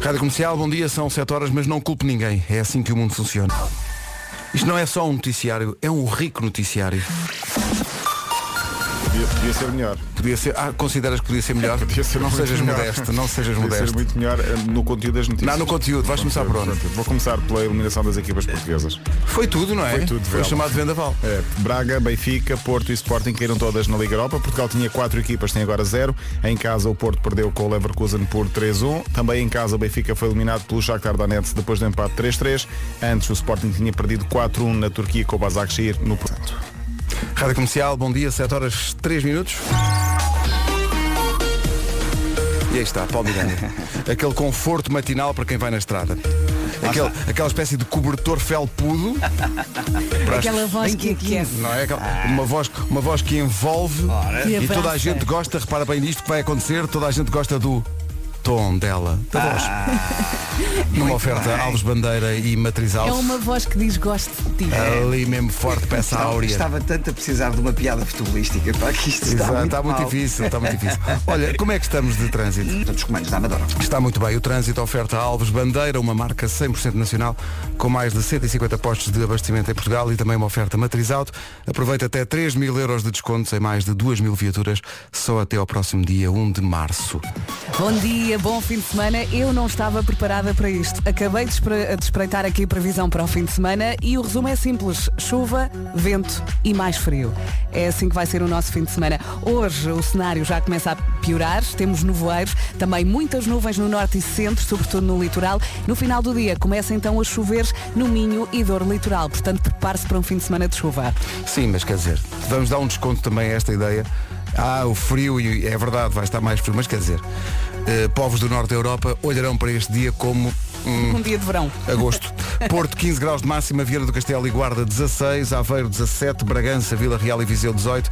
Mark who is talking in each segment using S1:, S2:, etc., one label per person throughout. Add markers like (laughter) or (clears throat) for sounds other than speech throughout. S1: Rádio Comercial, bom dia, são 7 horas, mas não culpe ninguém. É assim que o mundo funciona. Isto não é só um noticiário, é um rico noticiário.
S2: Podia, podia ser melhor.
S1: Podia ser, ah, consideras que podia ser
S2: (laughs)
S1: melhor?
S2: Podia ser
S1: não
S2: muito
S1: sejas
S2: melhor.
S1: modesto, não sejas
S2: Podia
S1: modesto.
S2: ser muito melhor eh, no conteúdo das notícias.
S1: Não, no conteúdo, vais começar por onde?
S2: Vou começar pela eliminação das equipas portuguesas.
S1: Foi tudo, não é?
S2: Foi tudo,
S1: Foi
S2: Vela.
S1: chamado Vendaval.
S2: É, Braga, Benfica, Porto e Sporting caíram todas na Liga Europa. Portugal tinha quatro equipas, tem agora zero. Em casa, o Porto perdeu com o Leverkusen por 3-1. Também em casa, o Benfica foi eliminado pelo Shakhtar Donetsk depois do empate 3-3. Antes, o Sporting tinha perdido 4-1 na Turquia com o Başakşehir no Porto.
S1: Rádio Comercial, bom dia, 7 horas 3 minutos. E aí está,
S2: (laughs)
S1: Paulo Miranda. Aquele conforto matinal para quem vai na estrada.
S2: Ah,
S1: Aquele- aquela espécie de
S2: (laughs)
S1: cobertor felpudo. para as-
S3: Aquela voz
S4: Em
S3: que
S4: que
S3: aquece.
S1: Não é? Aquela-
S4: Ah.
S1: Uma, voz, uma voz que envolve
S3: Que
S1: e
S3: abraça.
S1: toda a gente gosta, repara bem nisto que vai acontecer, toda a gente gosta do tom dela, da
S4: Ah.
S1: voz.
S4: (laughs)
S1: Numa oferta Alves Bandeira e Matriz
S3: É
S1: Alves.
S3: uma voz que diz gosto de ti.
S4: É.
S1: Ali mesmo forte peça
S4: Estava-
S1: áurea.
S4: Estava tanto a precisar de uma piada futebolística para que isto está
S1: Exato,
S4: muito,
S1: está muito
S4: mal.
S1: difícil, está
S4: (laughs)
S1: muito difícil. Olha, como é que estamos de trânsito?
S4: Todos os comandos da Amadora.
S1: Está muito bem. O trânsito oferta a Alves Bandeira, uma marca 100% nacional, com mais de 150 postos de abastecimento em Portugal e também uma oferta matriz alto. Aproveita até 3 mil euros de descontos em mais de 2 mil viaturas, só até ao próximo dia 1 de março.
S3: Bom dia, bom fim de semana. Eu não estava preparada para isto. Acabei de espre- de espreitar aqui a previsão para o fim de semana e o resumo é simples. Chuva, vento e mais frio. É assim que vai ser o nosso fim de semana. Hoje o cenário já começa a piorar. Temos nevoeiros, também muitas nuvens no norte e centro, sobretudo no litoral. No final do dia começa então a chover no Minho e Douro Litoral. Portanto, prepare-se para um fim de semana de chuva.
S1: Sim, mas quer dizer, vamos dar um desconto também a esta ideia. Ah, o frio, e é verdade, vai estar mais frio, mas quer dizer, eh, povos do Norte da Europa olharão para este dia como
S3: Um dia de verão.
S1: agosto. (laughs) Porto 15 graus de máxima, Vieira do Castelo e Guarda 16, Aveiro 17, Bragança, Vila Real e Viseu 18,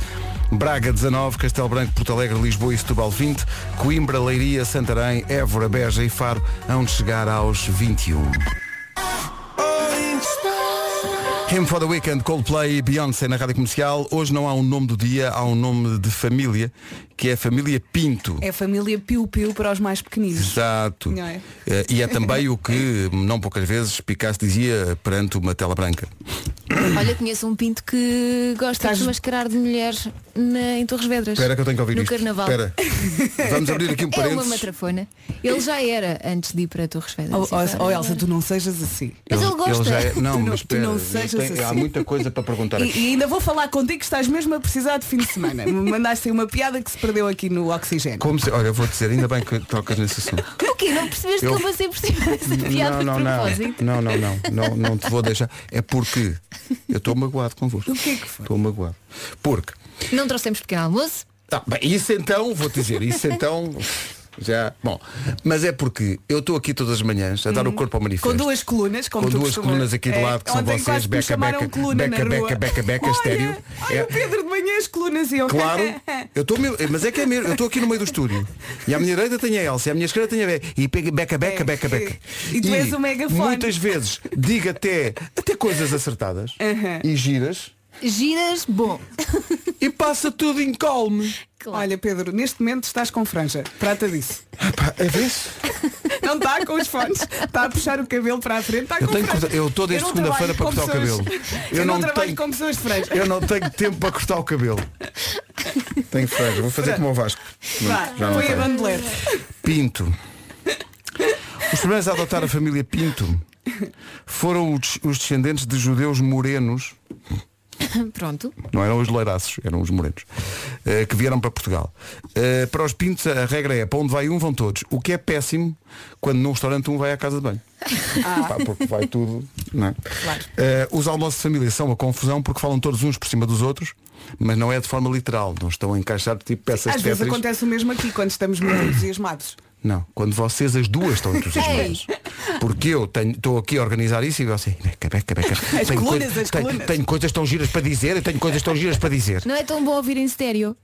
S1: Braga 19, Castelo Branco, Porto Alegre, Lisboa e Setúbal 20, Coimbra, Leiria, Santarém, Évora, Beja e Faro, onde chegar aos 21. Him for the Weekend, Coldplay e Beyoncé na Rádio Comercial. Hoje não há um nome do dia, há um nome de família, que é a família Pinto.
S3: É família piu-piu para os mais pequeninos.
S1: Exato.
S3: Não é?
S1: Eh, E é também o que, não poucas vezes, Picasso dizia perante uma tela branca.
S5: Olha, conheço um pinto que gosta
S3: Estás-
S5: de mascarar de mulheres na- em Torres Vedras.
S1: Espera que eu tenho que ouvir
S5: No
S1: isto.
S5: carnaval.
S1: Espera. Vamos abrir aqui um
S5: É uma
S1: parênteses.
S5: matrafona. Ele já era antes de ir para Torres Vedras.
S3: Oh, oh, oh,
S5: Agora-
S3: Elsa, tu não sejas assim.
S5: Mas ele gosta.
S1: já é- Não,
S3: Tu não-
S1: mas
S3: tu
S1: espera.
S3: não
S1: isto
S3: sejas
S1: tem- Há
S3: assim.
S1: muita coisa para perguntar
S3: E,
S1: aqui.
S3: e ainda vou falar contigo que estás mesmo a precisar de fim de semana.
S1: (laughs)
S3: Me mandaste aí uma piada que se perdeu aqui no oxigênio.
S1: Como se, olha, eu vou dizer, ainda bem que tocas nesse assunto.
S5: O quê? Não percebeste
S1: Eu-
S5: que eu passei por cima dessa piada
S1: Não, não,
S5: de
S1: não.
S5: propósito?
S1: Não, não, não. Não, não te vou deixar. É porque eu estou magoado convosco.
S3: O que é que foi?
S1: Estou magoado. Porque.
S5: Não. trouxemos pequeno almoço?
S1: Ah, bem, isso então, vou
S3: (laughs)
S1: dizer, isso então. Já. Bom, mas é porque eu estou aqui todas as manhãs a dar o corpo ao manifesto.
S3: Uhum. Com duas colunas, como
S1: com
S3: tu
S1: duas
S3: costumas.
S1: colunas aqui de
S3: É,
S1: lado que são
S3: ontem
S1: vocês,
S3: quase me
S1: beca,
S3: chamaram
S1: beca,
S3: coluna na
S1: beca,
S3: rua.
S1: beca, beca, beca,
S3: Olha,
S1: estéreo.
S3: Olha,
S1: É.
S3: o Pedro de manhã as colunas e eu.
S1: Claro,
S3: (laughs)
S1: eu estou mesmo- mas é que é mesmo, eu estou aqui no meio do estúdio. E à minha direita tenho a Elsa, e à minha esquerda tenho a Beca. E pega- beca, beca, beca, beca.
S3: É. E tu és o megafone.
S1: Muitas vezes digo até, até coisas acertadas
S3: Uhum.
S1: e giras
S5: Giras, bom.
S1: e passa tudo em calme.
S5: Claro.
S3: Olha, Pedro, neste momento estás com franja. Trata disso.
S1: Epá, É isso?
S3: Não está com os fones. Está a puxar o cabelo para a frente. Está
S1: Eu
S3: com
S1: tenho que
S3: franja.
S1: cortar- eu estou desde
S3: não
S1: segunda-feira
S3: trabalho
S1: para
S3: com
S1: cortar o
S3: pessoas-
S1: cabelo.
S3: Eu,
S1: Eu
S3: não,
S1: não
S3: trabalho
S1: tenho-
S3: com pessoas de franja.
S1: Eu não tenho tempo para cortar o cabelo. Tenho franja, vou fazer como o Vasco. Não,
S3: Vá,
S1: já não
S3: põe a
S1: tenho.
S3: bandoleira.
S1: Pinto. Os primeiros a adotar a família Pinto foram os- os descendentes de judeus morenos
S5: Pronto.
S1: não eram os loiraços, eram os morenos, eh, que vieram para Portugal. Eh, para os pintos, a regra é para onde vai um, vão todos. O que é péssimo quando num restaurante um vai à casa de banho.
S3: Ah.
S1: Pá, porque vai tudo. Não é? Eh, os almoços de família são uma confusão porque falam todos uns por cima dos outros, mas não é de forma literal. Não estão a encaixar tipo peças
S3: Às vezes
S1: tétris.
S3: acontece o mesmo aqui quando estamos muito entusiasmados.
S1: Não, quando vocês as duas estão entusiasmadas. Porque eu tenho- estou aqui a organizar isso e você. Beca, beca, beca.
S3: As
S1: tenho,
S3: colunas,
S1: coisa-
S3: as
S1: tenho-
S3: colunas.
S1: tenho coisas tão giras para dizer, eu tenho coisas tão giras para dizer.
S5: Não é tão bom ouvir em estéreo.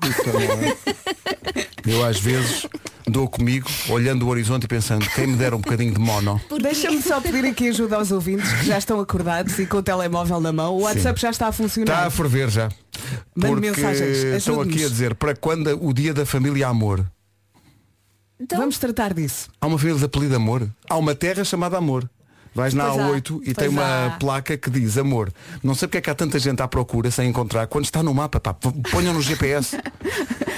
S1: (laughs) Eu às vezes dou comigo, olhando o horizonte e pensando, quem me dera um bocadinho de mono.
S3: Deixa-me só pedir aqui ajuda aos ouvintes que já estão acordados e com o telemóvel na mão. O WhatsApp já está a
S1: Está
S3: funcionar.
S1: Tá a ferver já.
S3: Mande
S1: Porque
S3: mensagens,
S1: estão
S3: ajude-nos.
S1: aqui a dizer, para quando o dia da família amor?
S5: Então,
S3: Vamos tratar disso.
S1: Há uma família de apelido Amor. Há uma terra chamada Amor. Vais na
S3: Pois há,
S1: A8 e
S3: pois
S1: tem uma
S3: há.
S1: placa que diz Amor. Não sei porque é que há tanta gente à procura sem encontrar. Quando está no mapa, pá, ponham
S3: (laughs)
S1: no GPS.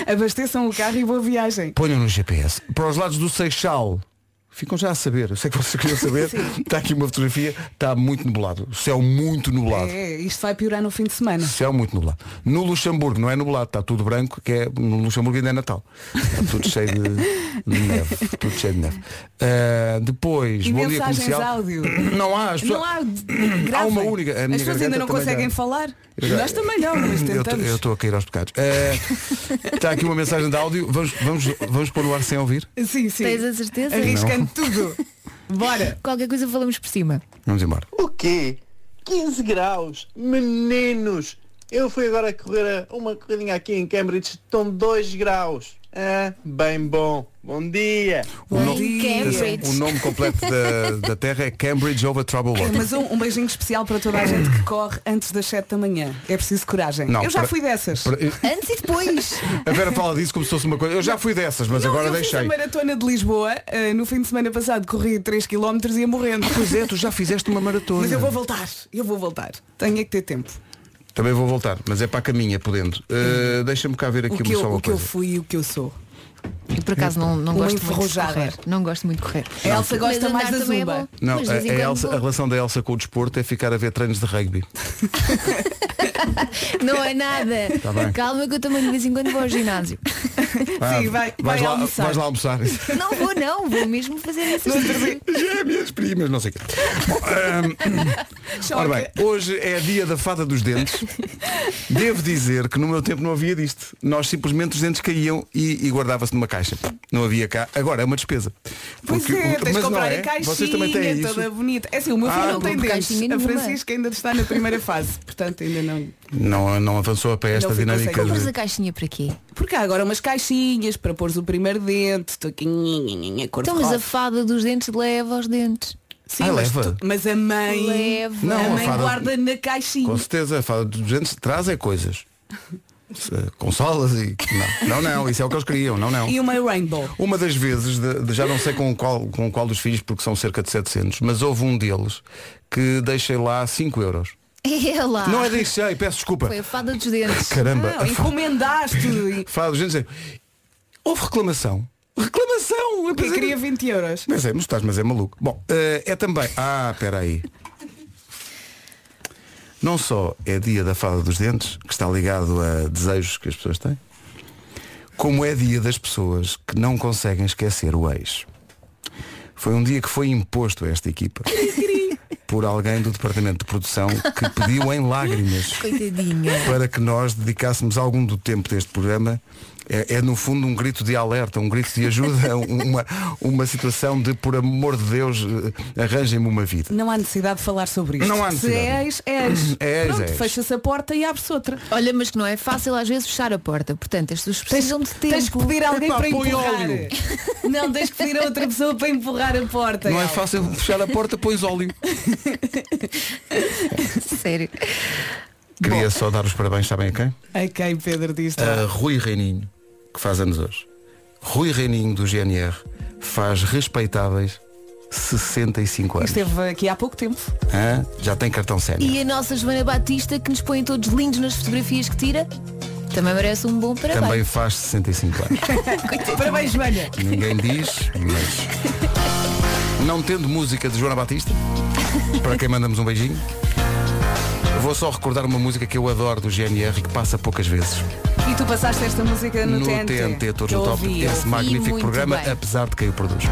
S3: Abasteçam o carro e boa viagem.
S1: Ponham no GPS. Para os lados do Seixal. Ficam já a saber. Eu sei que vocês
S3: (laughs)
S1: queriam saber. está aqui uma fotografia. Está muito nublado. O céu muito nublado.
S3: É, isto vai piorar no fim de semana.
S1: Céu muito nublado. No Luxemburgo não é nublado, está tudo branco, que é no Luxemburgo ainda é Natal. Está tudo cheio de de neve. Tudo cheio de neve. Ah, depois,
S3: E
S1: bom dia
S3: mensagens
S1: comercial.
S3: áudio?
S1: Não há, as pessoas-
S3: Não há,
S1: Há
S3: gravem.
S1: uma única. A
S3: As
S1: minha
S3: pessoas ainda
S1: garganta
S3: não
S1: também
S3: conseguem
S1: já-
S3: falar.
S1: Eu já-
S3: Nós também não, mas
S1: Eu tô-
S3: tentamos.
S1: Eu estou a cair aos pecados. Ah, Está aqui uma mensagem de áudio. Vamos, vamos, vamos pôr no ar sem ouvir?
S3: Sim, sim.
S5: Tens a certeza?
S3: Arriscando
S1: (laughs)
S3: tudo. Bora.
S5: Qualquer coisa falamos por cima.
S1: Vamos embora.
S6: O quê? 15 graus? Meninos! Eu fui agora correr a- uma corridinha aqui em Cambridge, estão 2 graus. Ah, bem bom. Bom dia!
S1: O
S5: Em
S1: nome,
S5: Cambridge.
S1: o nome completo da, da terra é Cambridge Over Trouble
S3: É,
S1: Water.
S3: Mas um, um beijinho especial para
S1: (clears throat)
S3: toda a gente que corre antes das 7 da manhã. É preciso coragem.
S1: Não,
S3: eu já
S1: para-
S3: fui dessas.
S1: Para-
S5: Antes e depois.
S1: A Vera fala disso como se fosse uma coisa. Eu já fui dessas, mas
S3: Não,
S1: agora
S3: eu
S1: deixei.
S3: fiz a maratona de Lisboa, eh, no fim de semana passado corri 3 km e ia morrendo.
S1: Pois é, tu já fizeste uma maratona.
S3: Mas eu vou voltar, eu vou voltar. Tenho é que ter tempo.
S1: Também vou voltar, mas é para a caminha, podendo. Uh, Deixa-me cá ver aqui
S3: Uhum. O
S1: uma,
S3: que,
S1: só
S3: eu,
S1: uma
S3: o que eu
S1: coisa.
S3: fui e o que eu sou.
S5: Eu por acaso não, não
S3: Uma
S5: gosto muito de
S3: enferrujada.
S5: correr. Não gosto muito de correr.
S3: A Elsa gosta
S5: Mas
S3: mais
S5: andar
S3: da
S5: também é
S3: zumba.
S5: bom.
S1: Não,
S5: Mas de
S1: a,
S5: vez em
S1: a
S5: quando
S1: Elsa- a
S5: vou.
S1: relação da Elsa com o desporto é ficar a ver treinos de rugby.
S5: não, é nada.
S1: Tá bem.
S5: Calma que eu também de vez em quando vou ao ginásio.
S1: Ah,
S3: Sim, vai, vai
S1: vais, lá,
S3: almoçar.
S1: vais
S3: (laughs)
S1: lá almoçar.
S5: Não vou não, vou mesmo fazer isso.
S1: Gêmeas, primas, não sei o quê. Bom, ah, ora bem, hoje é dia da fada
S3: (laughs)
S1: dos dentes. Devo dizer que no meu tempo não havia disto. Nós simplesmente os dentes caíam e, e guardava-se numa caixa. Não havia cá. Agora é uma despesa.
S3: Pois
S1: Porque
S3: é,
S1: o-
S3: tens de
S1: mas não
S3: comprar
S1: é.
S3: em caixinha,
S1: Vocês também têm isso.
S3: toda bonita. É assim, o meu filho
S1: Ah,
S3: não
S1: não
S3: tem
S5: tem
S3: dentes.
S5: caixinha
S3: A
S5: nenhuma.
S3: Francisca ainda está na primeira fase, portanto ainda não.
S1: Não, não avançou para esta
S3: Não ficou sem
S1: dinâmica. de-
S5: Compras a caixinha para quê?
S3: Porque há agora umas caixinhas para pôres o primeiro dente, tu aqui, nhinhinhinha, cor de
S5: Então mas a
S3: rosa.
S5: fada dos dentes leva aos dentes.
S3: Sim,
S1: Ah,
S3: mas,
S1: leva.
S3: tu- mas a mãe.
S5: Leva.
S1: Não,
S3: a
S1: a
S3: mãe
S1: fada-
S3: guarda na caixinha.
S1: Com certeza, a fada dos dentes traz é coisas. Se- Consolas e. Não, não, não, isso é o que eles queriam, não, não.
S3: E uma rainbow.
S1: Uma das vezes, de- de- já não sei com qual, com qual dos filhos, porque são cerca de 700, mas houve um deles que deixei lá 5 euros.
S5: É
S3: Ah.
S5: lá.
S1: Não é deixei, peço desculpa.
S5: Foi a fada dos dentes. Ah,
S1: Caramba,
S3: Não,
S1: a fa- (laughs)
S3: encomendaste.
S1: fada dos dentes. é- Houve reclamação. Reclamação!
S3: Quem
S1: Eu pensei-
S3: queria 20 euros?
S1: Mas é, mas estás, mas é maluco. Bom, eh, é também. Ah, espera aí. Não só é dia da fada dos dentes, que está ligado a desejos que as pessoas têm, como é dia das pessoas que não conseguem esquecer o ex. Foi um dia que foi imposto a esta equipa por alguém do departamento de produção que pediu em lágrimas
S5: Coitadinha.
S1: para que nós dedicássemos algum do tempo deste programa. É, é, no fundo um grito de alerta, um grito de ajuda, (laughs) um- uma, uma situação de por amor de Deus eh, arranjem-me uma vida.
S3: Não há necessidade de falar sobre isto.
S1: Não há
S3: Se
S1: necessidade.
S3: és,
S1: (clears throat)
S3: és.
S1: É ex,
S3: Pronto,
S1: é ex.
S3: fecha-se a porta e abre-se outra.
S5: Olha, mas que não é fácil às vezes fechar a porta. Portanto, as pessoas precisam de tempo.
S3: tens que pedir alguém
S1: Epá,
S3: para
S1: põe
S3: empurrar.
S1: óleo.
S3: (laughs) Não, tens que pedir a outra pessoa para empurrar a porta.
S1: Não é
S3: Elsa.
S1: fácil fechar a porta, pões óleo.
S5: Sério.
S1: Queria só dar os parabéns, sabem a quem?
S3: A quem Pedro diz
S1: A Rui Reininho, que faz anos hoje. Rui Reininho, do GNR, faz respeitáveis 65 anos.
S3: Esteve aqui há pouco tempo.
S1: Hã? Já tem cartão sério.
S5: E a nossa Joana Batista, que nos põe todos lindos nas fotografias que tira, também merece um bom parabéns.
S1: Também faz 65 anos.
S3: Parabéns, Joana.
S1: Ninguém diz, mas. Não tendo música de Joana Batista, para quem mandamos um beijinho, vou só recordar uma música que eu adoro do GNR e que passa poucas vezes.
S3: E tu passaste esta música no,
S1: No, TNT, todos
S3: Eu
S1: no top.
S3: ouvi, eu
S1: esse
S3: ouvi.
S1: magnífico
S5: muito
S1: programa,
S5: bem.
S1: apesar de quem o produz.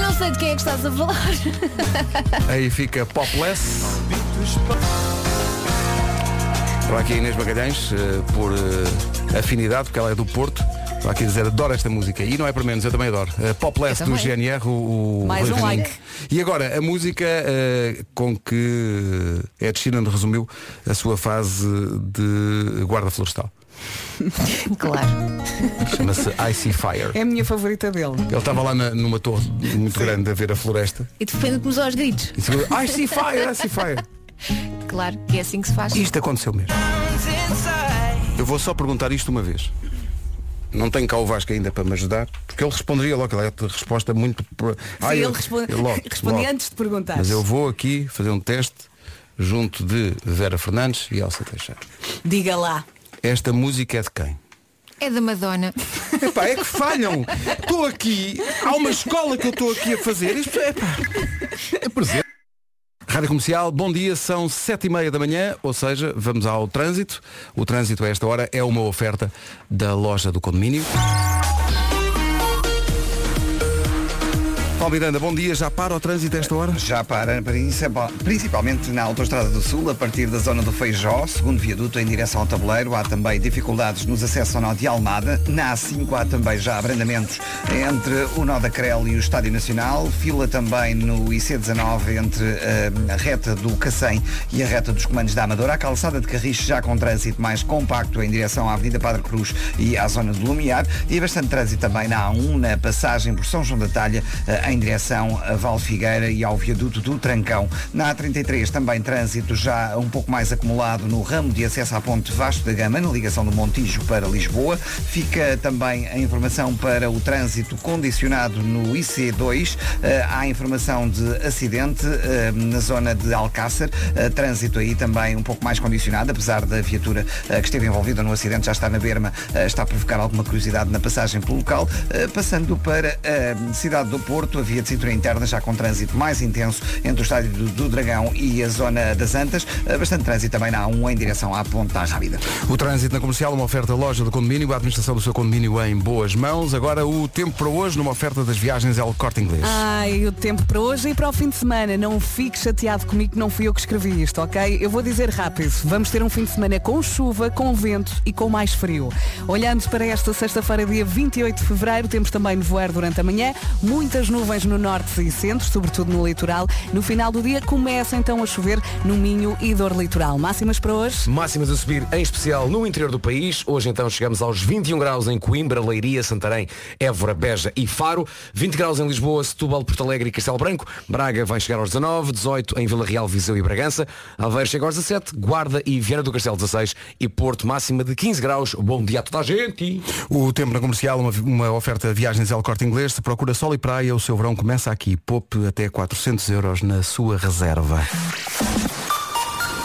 S5: Não sei de quem é que estás a falar.
S1: Aí fica Popless. Para aqui a Inês Magalhães, eh, por eh, afinidade, porque ela é do Porto. Para aqui dizer, adoro esta música. E não é para menos, eu também adoro. Eh, Popless
S5: Eu
S1: do
S5: também.
S1: GNR, o, o
S3: Mais
S1: Rui
S3: um
S1: Reininho.
S3: like.
S1: E agora, a música eh, com que Ed Sheeran resumiu a sua fase de guarda florestal.
S5: Claro.
S1: Chama-se Icy Fire.
S3: É a minha favorita dele.
S1: Ele estava lá na- numa torre muito grande a ver a floresta.
S5: E defende-nos aos gritos.
S1: E disse, Icy Fire, Icy Fire.
S5: Claro, que é assim que se faz.
S1: Isto aconteceu mesmo. Eu vou só perguntar isto uma vez. Não tenho cá o Vasco ainda para me ajudar, porque ele responderia logo, ele é de resposta muito. pro- Ah,
S3: Sim,
S1: eu-
S3: ele responde,
S1: eu logo,
S3: (laughs) responde
S1: logo.
S3: antes de perguntar.
S1: Mas eu vou aqui fazer um teste junto de Vera Fernandes e Elsa Teixeira.
S3: Diga lá.
S1: Esta música é de quem?
S5: É da Madonna.
S1: Epá, é que falham. Estou aqui, há uma escola que eu estou aqui a fazer. Isto é pá. É presente. Rádio Comercial, bom dia, são sete e meia da manhã, ou seja, vamos ao trânsito. O trânsito a esta hora é uma oferta da loja do condomínio. Paulo Miranda, bom dia, já para o trânsito a esta hora?
S4: Já para, principal- principalmente na Autostrada do Sul, a partir da zona do Feijó, segundo viaduto em direção ao tabuleiro, há também dificuldades nos acessos ao nó de Almada. Na A5 há também já abrandamentos entre o nó da Crel e o Estádio Nacional. Fila também no IC19 entre eh, a reta do Cacém e a reta dos comandos da Amadora. A calçada de Carriche já com trânsito mais compacto em direção à Avenida Padre Cruz e à zona do Lumiar. E bastante trânsito também na A1, na passagem por São João da Talha, eh, em direção a Val Figueira e ao viaduto do Trancão. Na A33 também trânsito já um pouco mais acumulado no ramo de acesso à ponte Vasco da Gama, na ligação do Montijo para Lisboa. Fica também a informação para o trânsito condicionado no IC2. Eh, há informação de acidente eh, na zona de Alcácer. Eh, trânsito aí também um pouco mais condicionado, apesar da viatura eh, que esteve envolvida no acidente já está na Berma, eh, está a provocar alguma curiosidade na passagem pelo local. Eh, passando para a cidade do Porto, a via de cintura interna já com trânsito mais intenso entre o estádio do, do Dragão e a zona das Antas. Eh, bastante trânsito também na A1 em direção à Ponte da Rábida.
S1: O trânsito na comercial, uma oferta loja do condomínio, a administração do seu condomínio em boas mãos. Agora o tempo para hoje numa oferta das viagens El Corte Inglês.
S3: Ai, o tempo para hoje e para o fim de semana. Não fique chateado comigo, que não fui eu que escrevi isto, ok? Eu vou dizer rápido. Vamos ter um fim de semana com chuva, com vento e com mais frio. Olhando para esta sexta-feira, dia 28 de fevereiro, temos também nevoeiro durante a manhã, muitas nuvens no norte e centro, sobretudo no litoral. No final do dia, começa então a chover no Minho e Dor Litoral. Máximas para hoje?
S7: Máximas a subir, em especial no interior do país. Hoje então chegamos aos 21 graus em Coimbra, Leiria, Santarém, Évora, Beja e Faro. 20 graus em Lisboa, Setúbal, Porto Alegre e Castelo Branco. Braga vai chegar aos 19, 18 em Vila Real, Viseu e Bragança. Aveiro chega aos 17, Guarda e Viana do Castelo 16 e Porto máxima de 15 graus. Bom dia a toda a gente!
S1: O tempo na comercial, uma, uma oferta de viagens El Corte Inglês. Se procura sol e praia, o seu verão começa aqui. Poupe até 400 euros na sua reserva.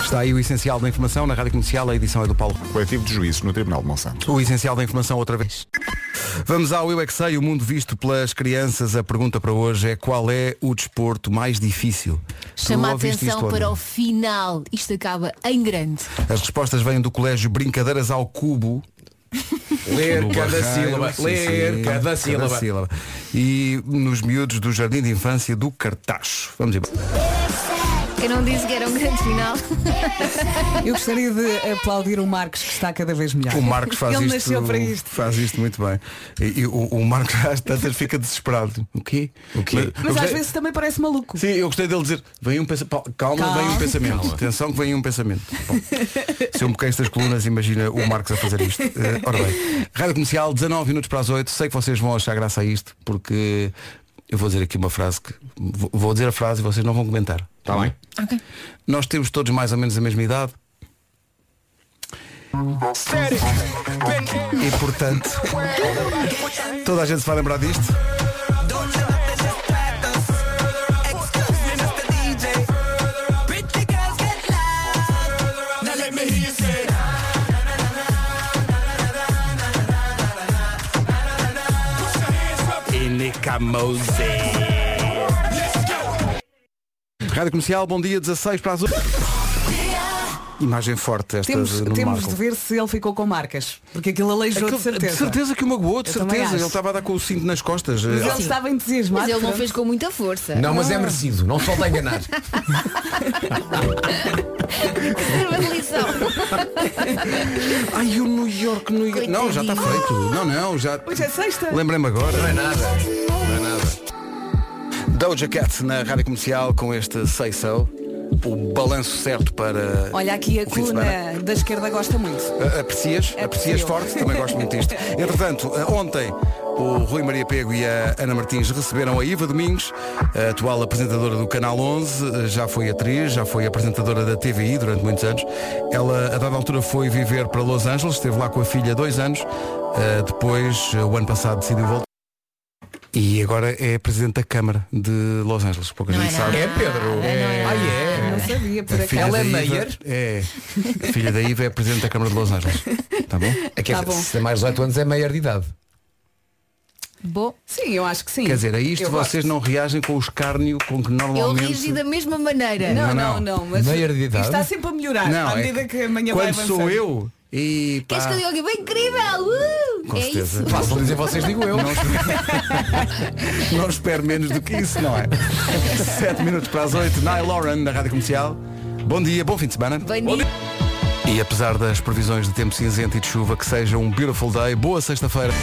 S1: Está aí o essencial da informação na Rádio Comercial. A edição é do Paulo.
S2: Coletivo de juízes no Tribunal de Monsanto.
S1: O essencial da informação outra vez. Vamos ao Eu é que Sei, o mundo visto pelas crianças. A pergunta para hoje é qual é o desporto mais difícil? Tu
S5: Chama a
S1: ouviste isto
S5: atenção
S1: onde?
S5: para o final. Isto acaba em grande.
S1: As respostas vêm do colégio Brincadeiras ao Cubo.
S7: Ler
S1: No
S7: cada
S1: Barreiro,
S7: sílaba,
S1: sim,
S7: ler
S1: sim,
S7: cada sílaba.
S1: E nos miúdos do Jardim de Infância do Cartacho. Vamos embora.
S5: Eu não disse que era um grande final.
S3: Eu gostaria de aplaudir o Marcos, que está cada vez melhor.
S1: O Marcos faz
S3: Ele
S1: isto.
S3: nasceu para isto.
S1: Faz isto muito bem. E, e o, o Marcos às tantas fica desesperado. O quê? O quê?
S3: Mas às vezes também parece maluco.
S1: Sim, eu gostei dele dizer, vem um pensamento. Calma,
S3: Calma.
S1: vem um pensamento. Atenção que vem um pensamento. Bom, se eu me queixo das colunas, imagina o Marcos a fazer isto. Eh, ora bem, Rádio Comercial, 19 minutos para as 8. Sei que vocês vão achar graça a isto, porque eu vou dizer aqui uma frase que. Vou vou dizer a frase e vocês não vão comentar. tá
S7: Está bem?
S1: Nós temos todos mais ou menos a mesma idade. E portanto, toda a gente se vai lembrar disto. Rádio Comercial, bom dia, 16 para as 8. Imagem forte esta
S3: Temos,
S1: de Nuno
S3: temos
S1: Marco.
S3: de ver se ele ficou com marcas. Porque aquilo aleijou
S1: Aquele-
S3: de certeza.
S1: que o magoou, de
S3: Eu também
S1: certeza.
S3: acho.
S1: Ele estava a dar com o cinto nas costas.
S3: Mas
S1: Eh,
S3: ele Ah. estava entusiasmado.
S5: Mas ele não
S3: pronto.
S5: fez com muita força.
S7: Não, mas é merecido, não se volta a
S3: (laughs)
S7: enganar.
S5: (laughs) Uma lição.
S1: Ai, o New York, New York. Não, já está feito. Não, não, já.
S3: Hoje é sexta.
S1: Lembrei-me agora.
S7: Não é nada. Não é nada.
S1: Doja Cat na rádio comercial com este Say So. O balanço certo para.
S3: Olha aqui a
S1: o fim de semana.
S3: coluna da esquerda gosta muito.
S1: A- Eh, Aprecias? Aprecias
S3: Aprecio.
S5: (laughs)
S1: forte? Também gosto muito disto. Entretanto, eh, ontem O Rui Maria Pego e a Ana Martins receberam a Iva Domingos, a atual apresentadora do Canal 11, já foi atriz, já foi apresentadora da TVI durante muitos anos. Ela, a dada altura, foi viver para Los Angeles, esteve lá com a filha dois anos, eh, depois, eh, o ano passado, decidiu voltar. E agora é presidente da Câmara de Los Angeles, pouca
S5: Não
S1: gente
S5: é
S1: sabe.
S5: nada.
S7: Pedro.
S5: é
S7: Ah,
S5: nada.
S7: é.
S3: Não sabia, por
S1: A
S3: acaso.
S1: filha
S7: Ela é
S1: da Iva-
S7: Meyer?
S1: É. A filha da Iva é presidente da Câmara de Los Angeles. Tá bom?
S7: É que
S3: Tá bom.
S7: se tem mais 18 anos é maior de idade.
S5: Bom,
S3: Sim, eu acho que sim.
S1: Quer dizer, a isto
S3: Eu
S1: vocês
S3: gosto.
S1: não reagem com o escárnio com que
S5: eu
S1: normalmente.
S5: reagi da mesma maneira.
S3: Não,
S1: Um Não,
S3: não,
S1: não.
S3: não, mas
S7: Maior de
S3: isto
S7: idade?
S3: está sempre a melhorar
S1: Não,
S3: à
S1: é
S3: medida que amanhã vai
S1: Quando
S3: avançando.
S1: sou eu e pá,
S5: Queres que eu diga alguém? Incrível! Uh!
S1: com
S5: é
S1: certeza.
S5: isso.
S1: Pá,
S7: Posso dizer vocês, digo eu.
S1: Não espero, (laughs) não espero menos do que isso, não é? Sete minutos para as oito. Nai Lauren, da Rádio Comercial. Bom dia, bom fim de semana.
S5: Bom dia.
S1: E apesar das previsões de tempo cinzento e de chuva, que seja um beautiful day. Boa sexta-feira.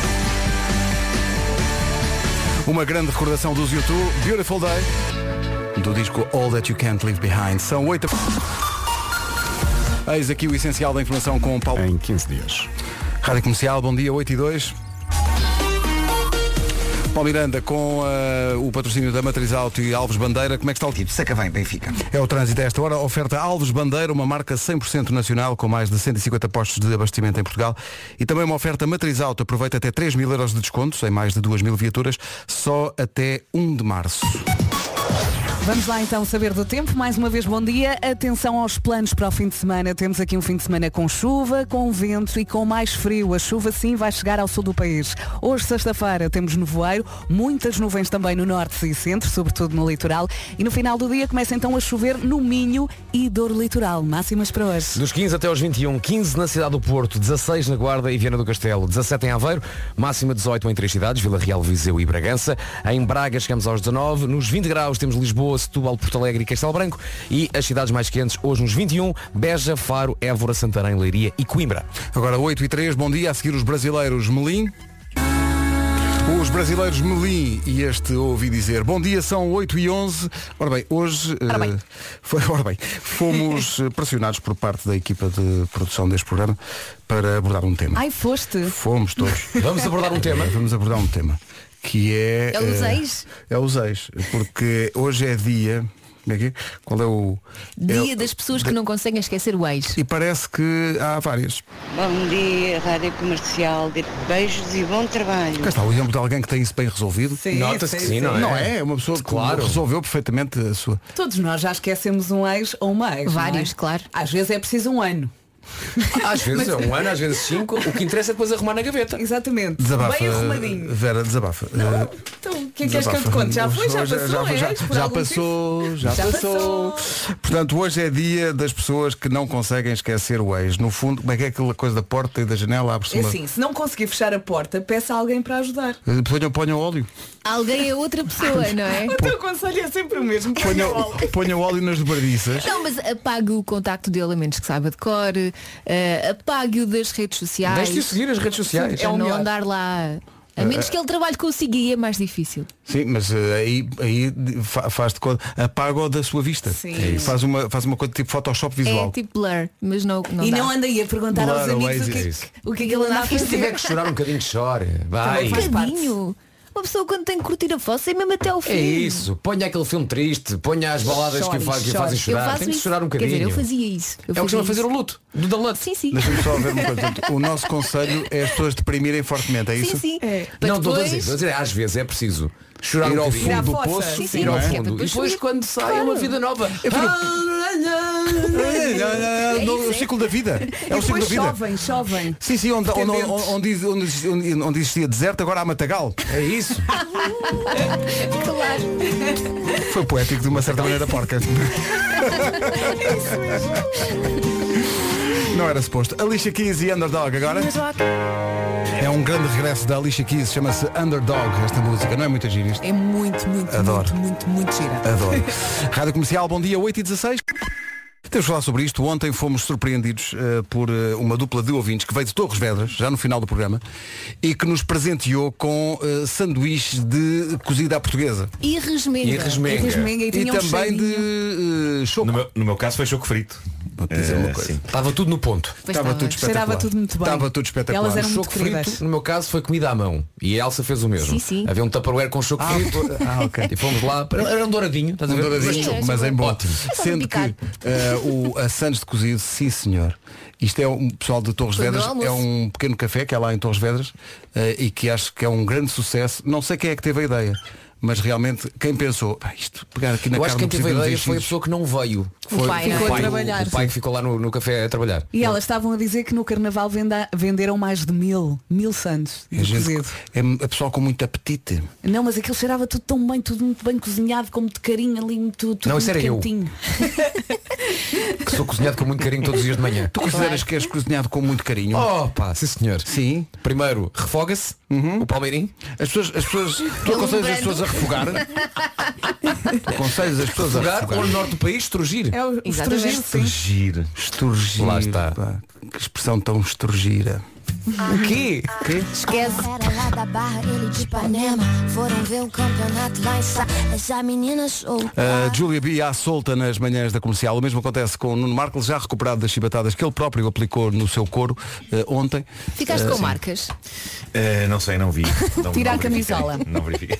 S1: Uma grande recordação dos YouTube, Beautiful Day, do disco All That You Can't Leave Behind. São oito. Eis aqui o essencial da informação com o Paulo.
S2: Em 15 dias.
S1: Rádio Comercial, bom dia, 8 e 2. Paulo Miranda, com eh, o patrocínio da Matriz Auto e Alves Bandeira, como é que está o
S4: Tipo, saca bem, Benfica.
S1: é o trânsito a esta hora. Oferta Alves Bandeira, uma marca 100% nacional com mais de 150 postos de abastecimento em Portugal. E também uma oferta Matriz Auto. Aproveita até 3 mil euros de descontos em mais de 2 mil viaturas, só até 1 de março.
S3: Vamos lá então saber do tempo. Mais uma vez, bom dia. Atenção aos planos para o fim de semana. Temos aqui um fim de semana com chuva, com vento e com mais frio. A chuva sim vai chegar ao sul do país. Hoje, sexta-feira, temos nevoeiro, muitas nuvens também no norte e centro, sobretudo no litoral. E no final do dia começa então a chover no Minho e Douro Litoral. Máximas para hoje.
S7: Dos 15 até aos 21, 15 na cidade do Porto, 16 na Guarda e Viana do Castelo, 17 em Aveiro, máxima 18 em três cidades, Vila Real, Viseu e Bragança. Em Braga chegamos aos 19, nos 20 graus temos Lisboa, Setúbal, Porto Alegre e Castelo Branco e as cidades mais quentes hoje nos 21, Beja, Faro, Évora, Santarém, Leiria e Coimbra.
S1: Agora 8 e 3, bom dia. A seguir os brasileiros Melim. Os brasileiros Melim e este ouvi dizer. Bom dia, são 8 e 11. Ora bem, hoje eh, (laughs) foi, ora bem, (laughs) fomos eh, pressionados por parte da equipa de produção deste programa para abordar um tema.
S3: Ai, foste.
S1: Fomos todos.
S7: Vamos abordar um tema?
S1: Eh, Vamos abordar um tema. Que é.
S5: É os
S1: eh,
S5: ex?
S1: É os ex. Porque hoje é dia. Como é que é? Qual é o.
S5: Dia
S1: é-
S5: das pessoas que não conseguem esquecer o ex.
S1: E parece que há várias.
S8: Bom dia, Rádio Comercial. Beijos e bom trabalho.
S1: Cá está o exemplo de alguém que tem isso bem resolvido.
S3: Sim, sim,
S7: Nota-se que sim, não é?
S1: Não é? É uma pessoa que
S7: Claro.
S1: resolveu perfeitamente a sua.
S3: Todos nós já esquecemos um ex ou uma ex. não é?
S5: Vários, claro.
S3: Às vezes é preciso um ano.
S7: Às vezes é um ano, às vezes cinco. O que interessa é depois arrumar na gaveta.
S3: Exatamente.
S1: Desabafa.
S3: Bem arrumadinho.
S1: Vera, desabafa. Eh,
S3: Então, o que é que queres que eu te
S1: Desabafa.
S3: conte? Já foi? Já passou?
S1: Já,
S3: é?
S1: já-
S3: Por
S1: já
S3: algum
S1: passou, já,
S3: Já
S1: passou. Portanto, hoje é dia das pessoas que não conseguem esquecer o ex. No fundo, como é que é aquela coisa da porta e da janela abre-se
S3: É
S1: uma...
S3: assim, se não conseguir fechar a porta, peça a alguém para ajudar.
S1: Eh, Ponham, ponham óleo.
S5: Alguém é outra pessoa,
S3: (laughs)
S5: não é?
S3: O teu conselho é sempre o mesmo.
S1: Ponham,
S3: ponha o álcool.
S1: ponham óleo nas dobradiças.
S5: Não, mas apague o contacto dele, a menos que saiba de cor. eh, apague-o das redes sociais.
S7: Deixe-o seguir as redes sociais. é
S5: Para
S3: o
S5: não
S3: melhor.
S5: andar lá. A menos que ele trabalhe consigo e é mais difícil.
S1: Sim, mas eh, aí, aí de- fa- faz de conta, apaga-o da sua vista.
S3: Sim.
S1: É isso. Faz, uma, faz uma coisa tipo Photoshop visual.
S5: É tipo blur, mas não, não
S3: E
S5: dá.
S3: não anda aí a perguntar
S1: Blur
S3: aos amigos o que,
S1: Oasis.
S3: o que é que ele anda a
S7: E se tiver
S3: fazer.
S7: que chorar um bocadinho, chore. Vai.
S3: Também faz parte.
S5: Tadinho. Uma pessoa quando tem que curtir a fossa é mesmo até ao fim.
S7: É isso, ponha aquele filme triste, ponha as baladas que, o fa- que o fazem
S5: Eu
S7: chorar,
S5: faço
S7: tem que
S5: isso.
S7: chorar um bocadinho.
S5: Quer dizer, eu fazia isso. Eu
S7: é o que se vai
S5: fazia
S7: fazer um- o
S5: isso.
S7: luto, do Dalat.
S5: Sim, sim.
S1: Deixa-me só ver uma coisa. Portanto, O nosso conselho é as pessoas deprimirem fortemente, é isso?
S5: Sim, sim. Para
S7: Não, estou a
S5: depois...
S7: dizer, estou a dizer, às vezes é preciso chorar
S1: Ir
S7: um
S1: ao
S7: bocadinho.
S1: fundo do
S3: fossa.
S1: poço.
S5: Sim, sim,
S7: ir ao
S5: que é para
S7: fundo. e
S5: depois
S7: depois
S5: subir.
S7: quando sai é
S5: Claro.
S7: uma vida nova.
S1: É, é, é, o ciclo da vida. É o
S3: e
S1: ciclo da
S3: depois
S1: vida.
S3: chovem, chovem.
S1: Sim, sim, onde, onde,
S3: Dependentes.
S1: onde, onde- onde- onde existia deserto, agora há matagal.
S7: É isso.
S5: Claro.
S1: Foi poético de uma certa maneira porca. Não era suposto. Alicia Keys e Underdog agora. É um grande regresso da Alicia Keys, chama-se Underdog esta música. Não é muito giro isto?
S3: É muito, muito,
S1: Adoro.
S3: muito, muito, muito gira.
S1: Adoro. Rádio Comercial, bom dia, 8 e 16 Temos de falar sobre isto. Ontem fomos surpreendidos eh, por eh, uma dupla de ouvintes que veio de Torres Vedras, já no final do programa, e que nos presenteou com eh, sanduíches de cozida à portuguesa.
S5: E resmenga.
S7: E resmenga.
S3: E resmenga e
S1: E
S3: tinha um
S1: também
S3: cheirinho.
S1: de eh, choco.
S9: No meu, no meu caso foi choco frito. Eh,
S1: Vou te dizer uma coisa.
S9: sim.
S7: Estava tudo no ponto.
S5: Pois
S1: Estava
S5: estava.
S1: tudo espetacular.
S3: Cheirava tudo muito bem.
S1: Estava tudo espetacular.
S3: Elas eram-
S7: O
S3: Muito
S7: choco frito,
S3: queridas.
S7: no meu caso, foi comida à mão. E a Elsa fez o mesmo.
S5: Sim, sim.
S7: Havia um tupperware com choco frito.
S3: (laughs)
S1: Ah, ok.
S7: E fomos lá. para- Era um douradinho. Estás a
S1: Um
S7: ver?
S1: douradinho,
S5: Sim, era
S1: mas em bom.
S7: Ótimo.
S5: só para
S1: Sendo que
S5: picar.
S1: eh, o, a Santos de Cozido, sim senhor. Isto é um pessoal de Torres
S5: Foi
S1: Vedras,
S5: bom
S1: é
S5: almoço.
S1: um pequeno café que é lá em Torres Vedras eh, e que acho que é um grande sucesso. Não sei quem é que teve a ideia, mas realmente quem pensou, "Pá, isto pegar aqui na
S7: Eu acho
S1: carne um
S7: que quem
S1: do
S7: teve
S1: cozido
S7: a
S1: nos
S7: ideia foi a
S1: enchidos."
S7: pessoa que não veio.
S5: O
S7: Foi-
S5: pai, não é?
S7: o
S3: Ficou a
S7: pai-
S3: trabalhar,
S7: O pai que ficou lá no, no café a trabalhar.
S3: E elas estavam a dizer que no Carnaval venda- venderam mais de mil, mil santos
S1: É
S3: de
S1: gente,
S3: cozido.
S1: é a pessoa com muito apetite.
S7: É
S3: Não, mas aquilo cheirava tudo tão bem, tudo muito bem cozinhado, como de carinho ali, muito- tudo,
S7: Não, isso
S3: muito
S7: era eu.
S3: quentinho.
S7: Que sou cozinhado com muito carinho todos os dias de manhã.
S1: Tu consideras que és cozinhado com muito carinho?
S7: Oh pá, sim senhor.
S1: Sim.
S7: Primeiro, refoga-se, o palmeirim.
S1: As pessoas, as pessoas, tu aconselhas as pessoas a
S7: (laughs)
S1: refogar? tu aconselhas as pessoas a
S7: Lugar
S1: refogar?
S7: ou no norte do país, estrugir.
S3: É o, o
S5: Exatamente.
S3: estrangeiro, sim.
S9: Giro.
S1: Esturgir.
S7: Lá está.
S1: pá. Que expressão tão esturgira.
S7: O quê?
S5: Esquece.
S10: Era lá da barra, ele de Ipanema. Foram ver o campeonato lá em Sá. Essa menina show.
S9: Ah,
S1: A Júlia Ah, B. à solta nas manhãs da comercial. O mesmo acontece com o Nuno Marcos, já recuperado das chibatadas que ele próprio aplicou no seu couro eh, ontem.
S5: é?
S7: Ah,
S5: Ficaste com marcas.
S9: Eh, não sei, não vi. Não,
S3: Tira
S9: não
S3: a
S9: verifiquei.
S3: camisola.
S9: Não verifiquei.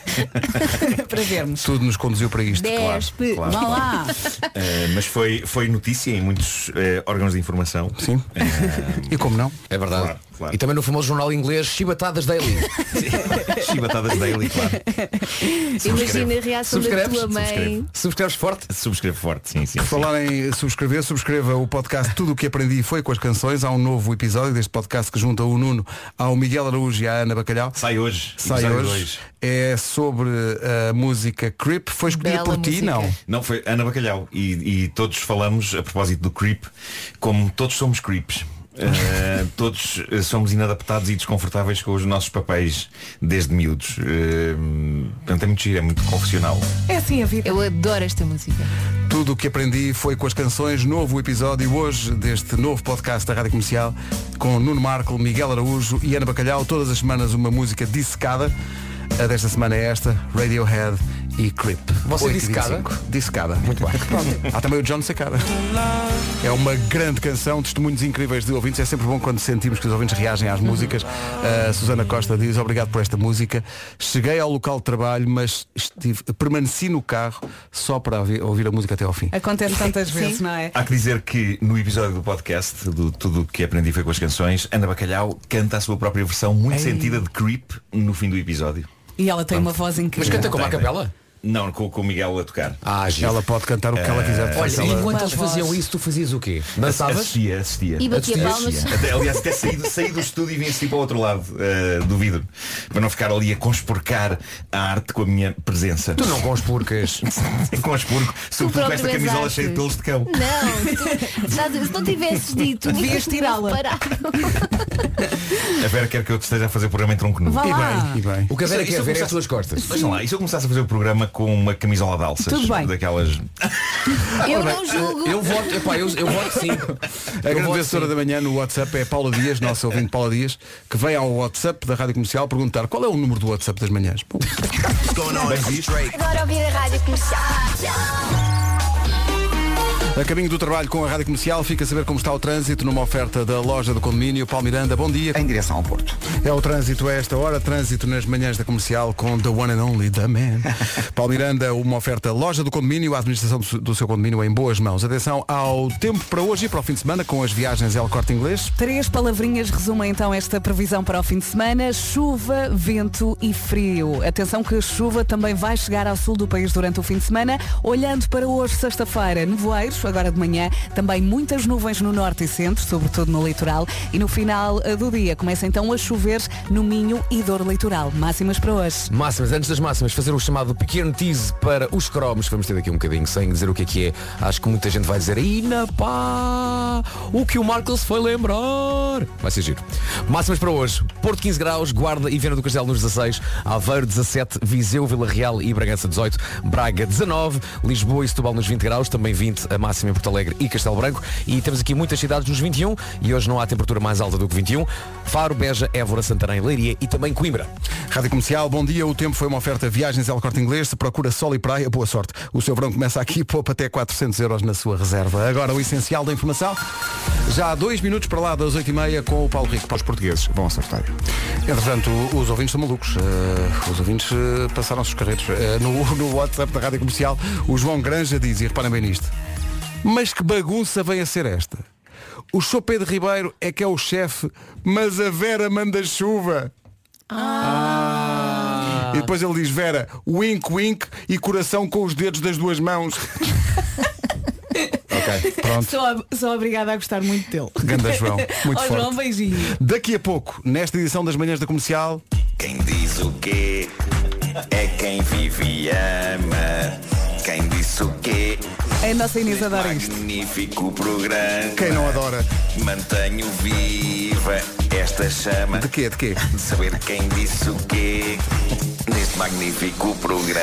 S3: (laughs) para vermos.
S1: Tudo nos conduziu para isto.
S5: Despe.
S9: claro.
S3: Vá lá.
S9: Eh, mas foi, foi notícia em muitos eh, órgãos de informação.
S1: Sim. E como não?
S7: É verdade.
S9: Claro, claro.
S7: E também no famoso jornal inglês Chibatadas (laughs) Daily.
S9: Chibatadas Daily,
S10: (laughs)
S9: claro.
S5: Imagina a reação da
S7: Subscreves?
S5: tua mãe.
S9: Subscrevo.
S7: Subscreves forte?
S9: Subscrevo forte, sim, sim.
S1: Por
S9: sim.
S1: falar em subscrever, subscreva o podcast Tudo o que aprendi foi com as canções. Há um novo episódio deste podcast que junta o Nuno ao Miguel Araújo e à Ana Bacalhau.
S9: Sai hoje.
S1: Sai
S9: episódio
S1: hoje.
S9: dois.
S1: É sobre a música Creep. Foi escolhida
S5: Bela
S1: por ti,
S5: música.
S1: não?
S9: Não, foi Ana Bacalhau e, e todos falamos, a propósito do creep, como todos somos creeps. Eh, todos eh, somos inadaptados e desconfortáveis com os nossos papéis desde miúdos. Eh, portanto, é muito giro, é muito confessional.
S3: É assim a vida.
S5: Eu adoro esta música.
S1: Tudo o que aprendi foi com as canções. Novo episódio hoje deste novo podcast da Rádio Comercial com Nuno Marco, Miguel Araújo e Ana Bacalhau. Todas as semanas uma música dissecada. A desta semana é esta, Radiohead e Creep.
S7: Você
S1: 8 e
S7: dissecada?
S1: 25. Dissecada. Muito bem. Há também o John Secada. É uma grande canção, testemunhos incríveis de ouvintes. É sempre bom quando sentimos que os ouvintes reagem às músicas. A Susana Costa diz, obrigado por esta música. Cheguei ao local de trabalho, mas estive- permaneci no carro só para ouvir- ouvir a música até ao fim.
S3: Acontece tantas vezes, não é?
S9: Há que dizer que no episódio do podcast do Tudo o que aprendi foi com as canções, Ana Bacalhau canta a sua própria versão muito sentida de creep no fim do episódio.
S3: E ela tem uma voz
S7: Mas
S3: incrível.
S7: canta como a capela?
S9: Não, com, com o Miguel a tocar.
S7: Ah, giro.
S1: Ela pode cantar o que ela quiser. de
S7: Olha,
S1: facto,
S7: e
S1: ela-
S7: enquanto
S3: Uma
S7: eles faziam
S3: voz.
S7: isso, tu fazias o quê? Dançavas?
S9: Assistia, assistia.
S5: E batia
S7: Assistia.
S5: palmas.
S9: Até, aliás, até saí, do- saí do estúdio e vim assistir para o outro lado eh, do vidro. Para não ficar ali a consporcar a arte com a minha presença.
S7: Tu não com os purcas.
S9: Conspurco, sobretudo (laughs) com esta
S5: próprio
S9: camisola
S5: exaste.
S9: cheia de pelos de cão.
S5: Não, tu- sabes, se não tivesses dito,
S3: Devias tirá-la.
S9: A Vera quer que eu esteja a fazer o programa em tronco nu.
S3: Vá
S1: E
S3: lá.
S1: bem, e bem.
S7: O que a Vera
S9: Isso-
S7: quer
S9: isso
S7: ver é as
S9: começa-
S7: tuas costas.
S9: Vejam lá, e se eu começasse a fazer o programa com uma camisola de alças?
S3: Tudo bem.
S9: Daquelas.
S5: Eu não julgo.
S7: Eu voto, epá, eu, eu voto sim.
S1: A
S7: Eu
S1: grande
S7: voto
S1: vencedora
S7: sim.
S1: da manhã no WhatsApp é Paula Dias, nossa ouvinte Paula Dias, que vem ao WhatsApp da Rádio Comercial perguntar qual é o número do WhatsApp das manhãs. Bom,
S9: Bem visto.
S10: Agora ouvir a rádio comercial.
S1: a caminho do trabalho com a Rádio Comercial, fica a saber como está o trânsito numa oferta da loja do condomínio. Paulo Miranda, bom dia.
S4: Em direção ao Porto.
S1: É o trânsito a esta hora, trânsito nas manhãs da comercial com The One and Only The
S7: (laughs)
S1: Man. Paulo Miranda, uma oferta loja do condomínio, a administração do seu- do seu condomínio em boas mãos. Atenção ao tempo para hoje e para o fim de semana com as viagens El Corte Inglês.
S3: Três palavrinhas resumem então esta previsão para o fim de semana. Chuva, vento e frio. Atenção que a chuva também vai chegar ao sul do país durante o fim de semana. Olhando para hoje, sexta-feira, nevoeiros, agora de manhã, também muitas nuvens no norte e centro, sobretudo no litoral. E no final eh, do dia começa então a chover no Minho e Douro Litoral. Máximas para hoje.
S7: Máximas, antes das máximas, fazer o chamado pequeno tease para os cromos. Vamos ter daqui um bocadinho, sem dizer o que é que é. Acho que muita gente vai dizer, Ina pá, o que o Marcos foi lembrar. Vai ser giro. Máximas para hoje. Porto 15 graus, Guarda e Viana do Castelo nos 16, Aveiro 17, Viseu, Vila Real e Bragança 18, Braga 19, Lisboa e Setúbal nos 20 graus, também 20 a máxima máxima em Porto Alegre e Castelo Branco. E temos aqui muitas cidades nos 21 e hoje não há temperatura mais alta do que 21. Faro, Beja, Évora, Santarém, Leiria e também Coimbra.
S1: Rádio Comercial, bom dia. O tempo foi uma oferta Viagens El Corte Inglês. Se procura sol e praia, boa sorte. O seu verão começa aqui (laughs) e poupa até 400 euros na sua reserva. Agora o essencial da informação. Já há dois minutos para lá das 8h30 com o Paulo Rico. Para os
S2: portugueses, vão acertar.
S1: Entretanto, os ouvintes são malucos. Eh, os ouvintes eh, passaram-se os carretos. Eh, no, (laughs) no WhatsApp da Rádio Comercial, o João Granja diz, e reparem bem nisto, mas que bagunça vem a ser esta? O Sr. Pedro Ribeiro é que é o chefe, mas a Vera manda chuva.
S11: Ah.
S1: E depois ele diz, Vera, wink wink e coração com os dedos das duas mãos. ok, pronto.
S11: Sou, sou obrigada a gostar muito dele.
S1: Ganda
S11: (laughs)
S1: João, (laughs) muito
S11: Ó,
S1: forte.
S11: João, beijinho.
S1: Daqui a pouco, nesta edição das manhãs da comercial.
S12: Quem diz o quê é quem vive e ama. Quem disse o quê?
S3: A nossa Inês adora isto.
S12: Magnífico programa.
S1: Quem não adora?
S12: Mantenho viva esta chama. De
S1: quê? De
S7: (laughs)
S1: quê?
S12: De saber quem disse o quê neste magnífico programa.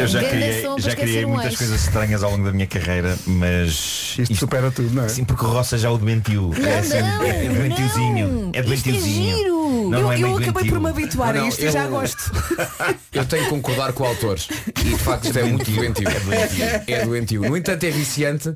S9: Eu já criei, já criei muitas coisas estranhas ao longo da minha carreira, mas. Isto,
S1: supera tudo, não é?
S9: Sim, porque roça já o dementiu. é, assim,
S3: não,
S9: é dementiozinho.
S3: Isto
S9: É
S3: é
S9: dementiozinho.
S3: giro. eu
S9: é
S3: eu
S9: meio
S3: acabei
S9: doentio.
S3: por me habituar
S7: Não,
S3: a
S7: não,
S3: isto e
S7: eu-
S3: já gosto.
S7: (laughs) Eu tenho que concordar com o autor. E de facto isto é muito doentio.
S9: É doentio. É.
S7: É doentio. No entanto é viciante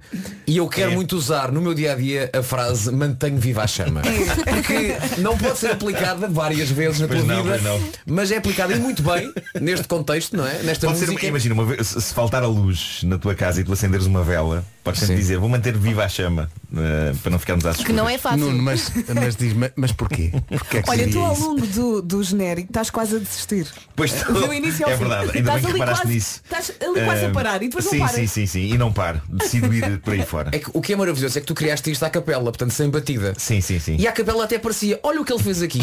S7: e eu quero muito usar no meu dia a dia a frase mantenho viva a chama. Porque não pode ser aplicada várias vezes na tua
S9: É. Pois não,
S7: vida,
S9: pois não.
S7: mas é aplicada e muito bem neste contexto, não é? Nesta
S9: Pode ser,
S7: música.
S9: imagina, uma vez, se se faltar a luz na tua casa e tu acenderes uma vela, podes sempre dizer, vou manter viva a chama, eh, para não ficarmos à escuras.
S5: é
S1: Nuno, mas, mas diz, mas, mas porquê? Porquê é que
S3: Olha,
S1: seria
S3: tu ao
S1: isso?
S3: longo do, do genérico estás quase a desistir.
S9: Pois tu-
S3: Do início ao
S9: é
S3: fim.
S9: verdade, ainda
S3: estás
S9: bem que
S3: ali
S9: reparaste
S3: quase,
S9: nisso.
S3: Estás ali quase a
S9: Eh,
S3: parar e depois
S9: sim,
S3: não
S9: Sim,
S3: paras.
S9: sim, sim, e não paro. Decido ir por aí (laughs) fora.
S7: É que o que é maravilhoso é que tu criaste isto à capela, portanto sem batida.
S9: Sim, sim, sim.
S7: E à capela até parecia, olha o que ele fez aqui,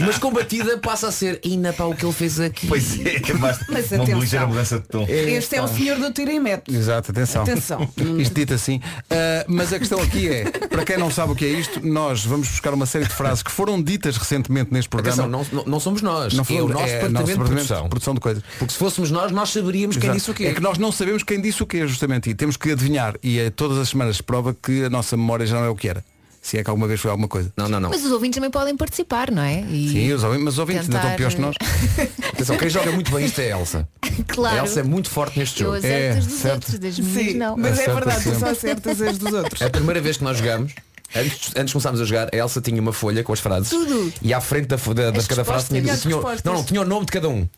S7: mas com batida passa a ser, ainda pá o que ele fez aqui.
S9: Pois é, mas,
S3: Mas uma atenção. ligeira
S9: mudança de tom.
S3: Este é o senhor do tiro e mete.
S1: Exato, atenção.
S3: Atenção.
S1: Isto dito assim. Ah, mas a questão aqui é, para quem não sabe o que é isto, nós vamos buscar uma série de frases que foram ditas recentemente neste programa.
S7: Atenção, não, não- não somos nós.
S1: Não
S7: é o
S1: foram-
S7: nosso
S1: é o
S7: departamento
S1: nosso
S7: de
S1: departamento
S7: produção.
S1: de produção de coisas.
S7: Porque se fôssemos nós, nós saberíamos quem
S1: Exato.
S7: disse o quê.
S1: É que nós não sabemos quem disse o quê, justamente. E temos que adivinhar. E é, todas as semanas se prova que a nossa memória já não é o que era. Se é que alguma vez foi alguma coisa.
S7: Não, não, não.
S5: Mas os ouvintes também podem participar, não é? E
S1: Sim, os ouvintes, mas os ouvintes ainda estão
S5: tentar-
S1: piores que nós.
S3: eh,
S7: Atenção, quem joga muito bem isto é a Elsa.
S5: (laughs) Claro.
S7: A Elsa é muito forte neste
S5: Eu
S7: jogo.
S5: acerto as dos outros, das minhas
S3: Sim,
S5: não.
S3: mas é
S7: Acerta
S3: verdade, tu só
S7: sempre.
S3: acertas as dos
S7: (laughs)
S3: outros.
S7: É A primeira vez que nós jogamos, antes, antes de começarmos a jogar, a Elsa tinha uma folha com as frases.
S3: Tudo.
S7: E à frente da, da, de
S3: As
S7: cada frase tinha,
S3: respostas.
S7: tinha o-
S3: As
S7: não, não, tinha o nome de cada um.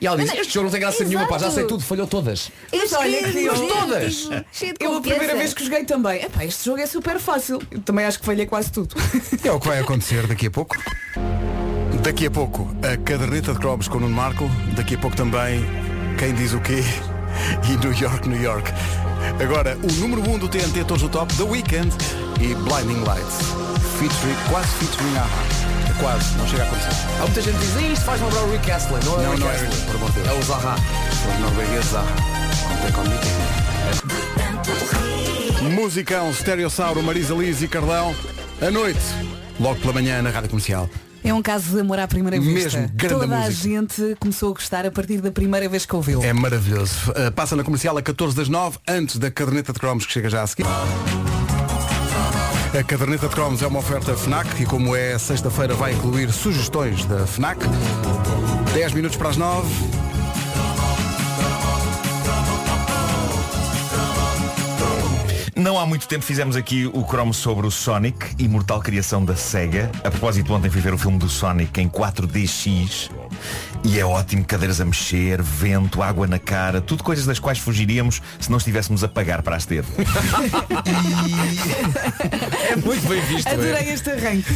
S7: E ela diz,
S3: Não, não,
S7: este jogo não tem graça
S3: exato.
S7: nenhuma, pá, já sei tudo, falhou todas. É
S3: Mas olha que
S7: Mas
S3: eu-
S7: todas!
S3: Eu a primeira vez que joguei também. Epá, este jogo é super fácil. Eu também acho que falhei quase tudo.
S1: É o que vai acontecer daqui a pouco. Daqui a pouco, a caderneta de Crobes com o Nuno Marco. Daqui a pouco também, quem diz o quê? (laughs) E New York, New York. Agora, o número 1 um do TNT Todos no Top, The Weekend e Blinding Lights. Featuring, quase featuring a Aha. Quase, não chega a acontecer.
S7: Há muita gente que diz, isto faz-me lembrar o Rick Astley, não é o
S1: Não,
S7: Rick
S1: não é
S7: Astley.
S1: Rick, por amor de Deus.
S7: É o Zaha.
S1: Os noruegueses é Zaha. Não tem como dizer. Musicão, Stereossauro, Marisa Liz e Cardão. À noite, logo pela manhã na Rádio Comercial.
S3: É um caso de amor à primeira vista.
S1: Mesmo, grande
S3: Toda a
S1: música.
S3: gente começou a gostar a partir da primeira vez que ouviu.
S1: É maravilhoso. Uh, passa na comercial a 14 das 9, antes da caderneta de cromos que chega já a seguir. A caderneta de cromos é uma oferta FNAC e como é sexta-feira vai incluir sugestões da FNAC. 10 minutos para as 9.
S9: Não há muito tempo fizemos aqui o cromo sobre o Sonic, imortal criação da SEGA. A propósito, ontem fui ver o filme do Sonic em 4DX. E é ótimo, cadeiras a mexer, vento, água na cara, tudo coisas das quais fugiríamos se não estivéssemos a pagar para as ter.
S7: É muito bem visto.
S3: Adorei este arranque.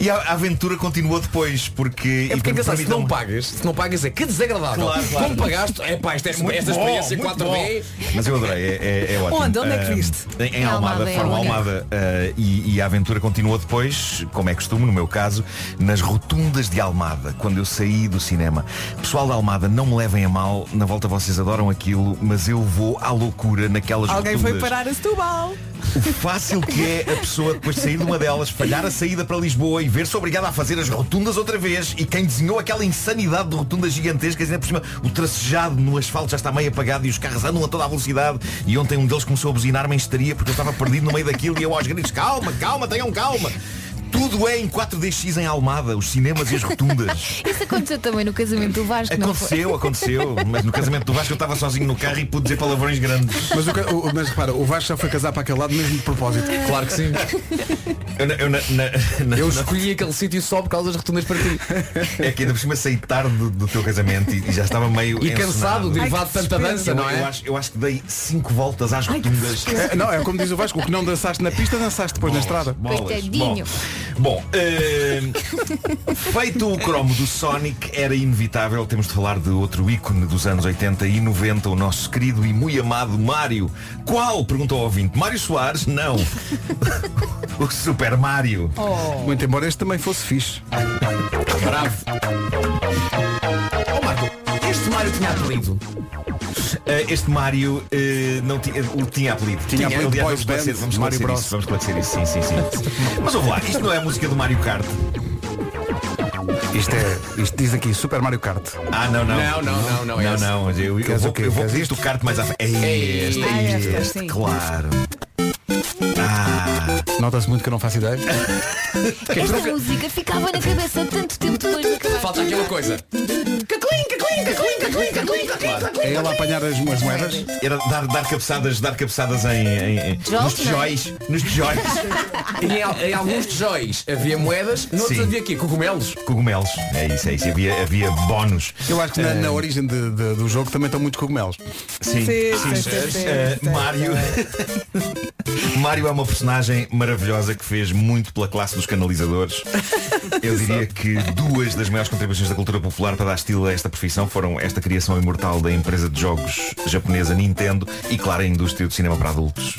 S9: E a a aventura continuou depois, porque...
S7: É porque é
S9: e
S7: engraçado, se não
S9: permitam-me-
S7: pagas, se não pagas é que desagradável.
S9: Claro, claro.
S7: Como pagaste, é pá, isto é,
S9: Muito
S7: esta
S9: bom,
S7: experiência
S9: muito
S7: 4D.
S9: bom. Mas eu adorei, é, é- é ótimo.
S7: Onde? Onde é que
S9: Ah,
S7: viste?
S9: Em, em
S7: Em
S9: Almada,
S7: Almada, em
S9: Fórum
S7: Almada.
S9: Almada. Ah, e, e a aventura continuou depois, como é costume, no meu caso, nas rotundas de Almada, quando eu saí do cinema. Pessoal da Almada, não me levem a mal, na volta vocês adoram aquilo, mas eu vou à loucura naquelas
S3: Alguém foi
S9: rotundas.
S3: parar a Setúbal.
S9: O fácil que é a pessoa depois de sair de uma delas, falhar a saída para Lisboa e ver-se obrigada a fazer as rotundas outra vez e quem desenhou aquela insanidade de rotundas gigantescas ainda por cima o tracejado no asfalto já está meio apagado e os carros andam a toda a velocidade e ontem um deles começou a buzinar-me em histeria porque eu estava perdido no meio daquilo e eu aos gritos calma, calma, tenham calma. Tudo é em 4DX em Almada, os cinemas e as rotundas.
S5: Isso aconteceu também no casamento do Vasco, não foi?
S9: Aconteceu, aconteceu, mas no casamento do Vasco eu estava sozinho no carro e pude dizer palavrões grandes.
S1: Mas, o ca- o- mas repara, o Vasco já foi casar para aquele lado mesmo de propósito.
S9: Claro que sim. Eu, na- eu na- na- na-
S1: Eu
S9: na-
S1: escolhi
S7: aquele sítio só por causa das rotundas para ti.
S9: É que ainda por cima saí tarde do, do teu casamento e, e já estava meio.
S7: E cansado de
S9: encenado.
S7: levar Ai, que tanta desespero. dança,
S9: Eu-
S7: não é?
S9: Eu acho, eu acho que dei cinco voltas às rotundas.
S1: É, não, é como diz o Vasco, o que não dançaste na pista, dançaste depois na estrada.
S9: Bolas, Bom, bom ehm, (laughs) feito o cromo do Sonic, era inevitável, temos de falar de outro ícone dos anos 80 e 90, o nosso querido e muito amado Mário. Qual? Perguntou ao ouvinte. Mário Soares? Não. (laughs) o Super Mário.
S1: Muito embora este também fosse fixe.
S9: Bravo. Oh, Marco, este Mário tinha apelido. Eh, este Mário eh, não tinha, o tinha apelido.
S1: Tinha apelido Boys
S9: aliás, vamos esclarecer,
S1: Band,
S9: vamos
S1: Mário
S9: esclarecer
S1: Bros.
S9: isso. Vamos esclarecer isso, sim, sim, sim. Mas ouve lá, isto não é a música do Mário Kart.
S1: Isto é, isto diz aqui Super Mario Kart.
S9: Ah, não, não.
S1: Não, não, não, não é
S9: Não,
S1: esse.
S9: não, eu, eu,
S1: Queres
S9: vou,
S1: o quê?
S9: eu vou
S1: Queres
S9: pedir o kart mais à frente. É este,
S1: Ah,
S9: é
S1: esta,
S9: este,
S1: sim.
S9: claro. Ah.
S1: Nota-se muito que eu não faço ideia.
S3: é
S5: Esta música ficava na cabeça tanto tempo depois
S3: (laughs)
S5: de acabar.
S7: Falta aquela coisa.
S1: É ele a apanhar as, as moedas.
S9: Era dar, dar cabeçadas, dar cabeçadas em, em- em-
S7: Jogos,
S9: nos
S7: não é?
S9: tijóis,
S7: (laughs)
S9: nos tijóis.
S7: E em, al- em alguns tijóis havia moedas, noutros
S9: Sim.
S7: havia aqui cogumelos.
S9: Cogumelos, é isso, é isso. Havia, havia bónus.
S1: Eu acho que na,
S9: Eh,
S1: na origem de- de- do jogo também estão muitos cogumelos.
S9: Sim, sim, Eh, Mário. (laughs) Mário é uma personagem maravilhosa que fez muito pela classe dos canalizadores. Eu diria que duas das maiores contribuições da cultura popular para dar estilo a esta profissão foram esta criação imortal da empresa de jogos japonesa Nintendo e, claro, a indústria do cinema para adultos.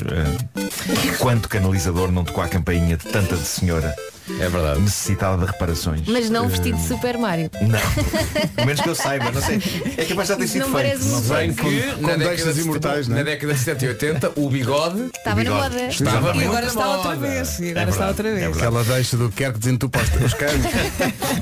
S9: Eh, Quanto canalizador não tocou a campainha de tanta de senhora?
S7: É verdade.
S9: Necessitada de reparações.
S5: Mas não
S9: Eh,
S5: vestido de Super Mario.
S9: Não. Pelo menos que eu saiba, não sei. É capaz de já ter
S5: Isso
S9: sido
S5: não
S9: feito.
S5: parece muito
S9: sei.
S7: Bem que na década, de, imortais,
S1: é?
S7: na
S1: né?
S7: década de 70 e 80 o bigode
S5: Estava na moda.
S7: Estava
S5: E
S7: muito
S5: agora está
S7: na
S5: outra
S7: moda.
S5: vez.
S1: É verdade, é verdade. Aquela deixa do quer que desentupa os- os
S7: (laughs)
S1: canos.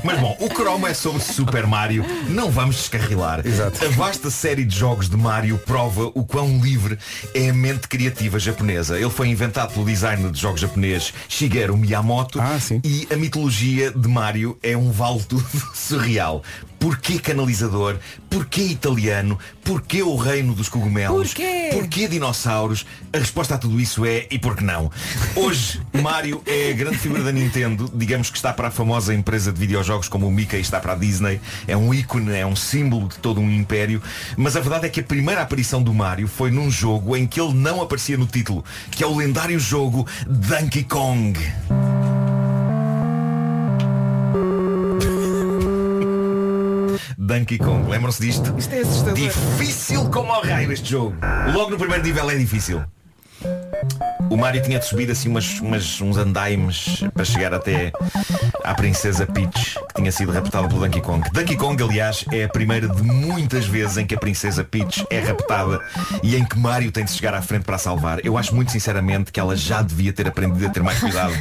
S9: Mas bom, o cromo é sobre Super Mario, não vamos descarrilar. A vasta série de jogos de Mario prova o quão livre é a mente criativa japonesa. Ele foi inventado pelo designer de jogos japonês Shigeru Miyamoto e a mitologia de Mario é um vale-tudo (laughs) surreal. Porquê canalizador? Porquê italiano? Porquê o reino dos cogumelos?
S12: Porquê?
S9: Porquê dinossauros? A resposta a tudo isso é e por que não? Hoje, Mario é a grande figura da Nintendo, digamos que está para a famosa empresa de videojogos como o Mickey está para a Disney, é um ícone, é um símbolo de todo um império, mas a verdade é que a primeira aparição do Mario foi num jogo em que ele não aparecia no título, que é o lendário jogo Donkey Kong. Donkey Kong, lembram-se disto? Isto
S11: é assustador.
S9: Difícil como ao raio este jogo. Logo no primeiro nível é difícil. O Mario tinha de subir assim umas, umas- uns andaimes para chegar até à Princesa Peach, que tinha sido raptada pelo Donkey Kong. Donkey Kong, aliás, é a primeira de muitas vezes em que a Princesa Peach é raptada e em que Mario tem de chegar à frente para a salvar. Eu acho muito sinceramente que ela já devia ter aprendido a ter mais cuidado.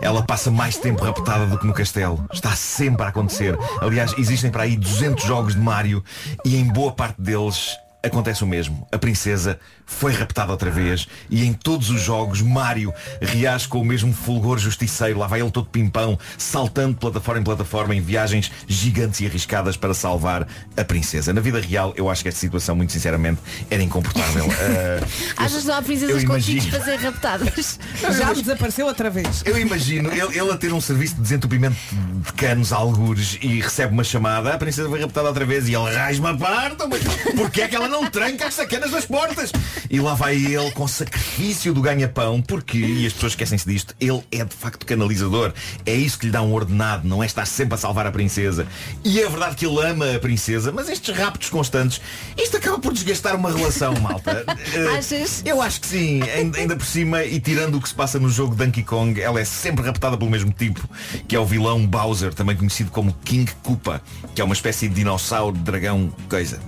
S9: Ela passa mais tempo raptada do que no castelo. Está sempre a acontecer. Aliás, existem para aí 200 jogos de Mario e em boa parte deles acontece o mesmo. A princesa foi raptada outra vez e em todos os jogos Mario reage com o mesmo fulgor justiceiro. Lá vai ele todo pimpão, saltando de plataforma em plataforma em viagens gigantes e arriscadas para salvar a princesa. Na vida real, eu acho que esta situação, muito sinceramente, era incomportável. Ah,
S5: Achas que não há princesas
S9: eu
S5: com filhos
S9: imagino.
S5: para ser raptadas?
S9: Já
S5: desapareceu outra vez.
S9: eu imagino ele, ele a ter um serviço de desentupimento de canos, algures e recebe uma chamada, a princesa foi raptada outra vez e ele rasma a parta, mas porquê é que ela não tranca as sacanas das portas? E lá vai ele com sacrifício do ganha-pão, porque, e as pessoas esquecem-se disto, ele é de facto canalizador. É isso que lhe dá um ordenado, não é estar sempre a salvar a princesa. E é verdade que ele ama a princesa, mas estes raptos constantes, isto acaba por desgastar uma relação, malta. Eh, Eu acho que sim, ainda, ainda por cima e tirando o que se passa no jogo Donkey Kong, ela é sempre raptada pelo mesmo tipo, que é o vilão Bowser, também conhecido como King Koopa, que é uma espécie de dinossauro, dragão, coisa.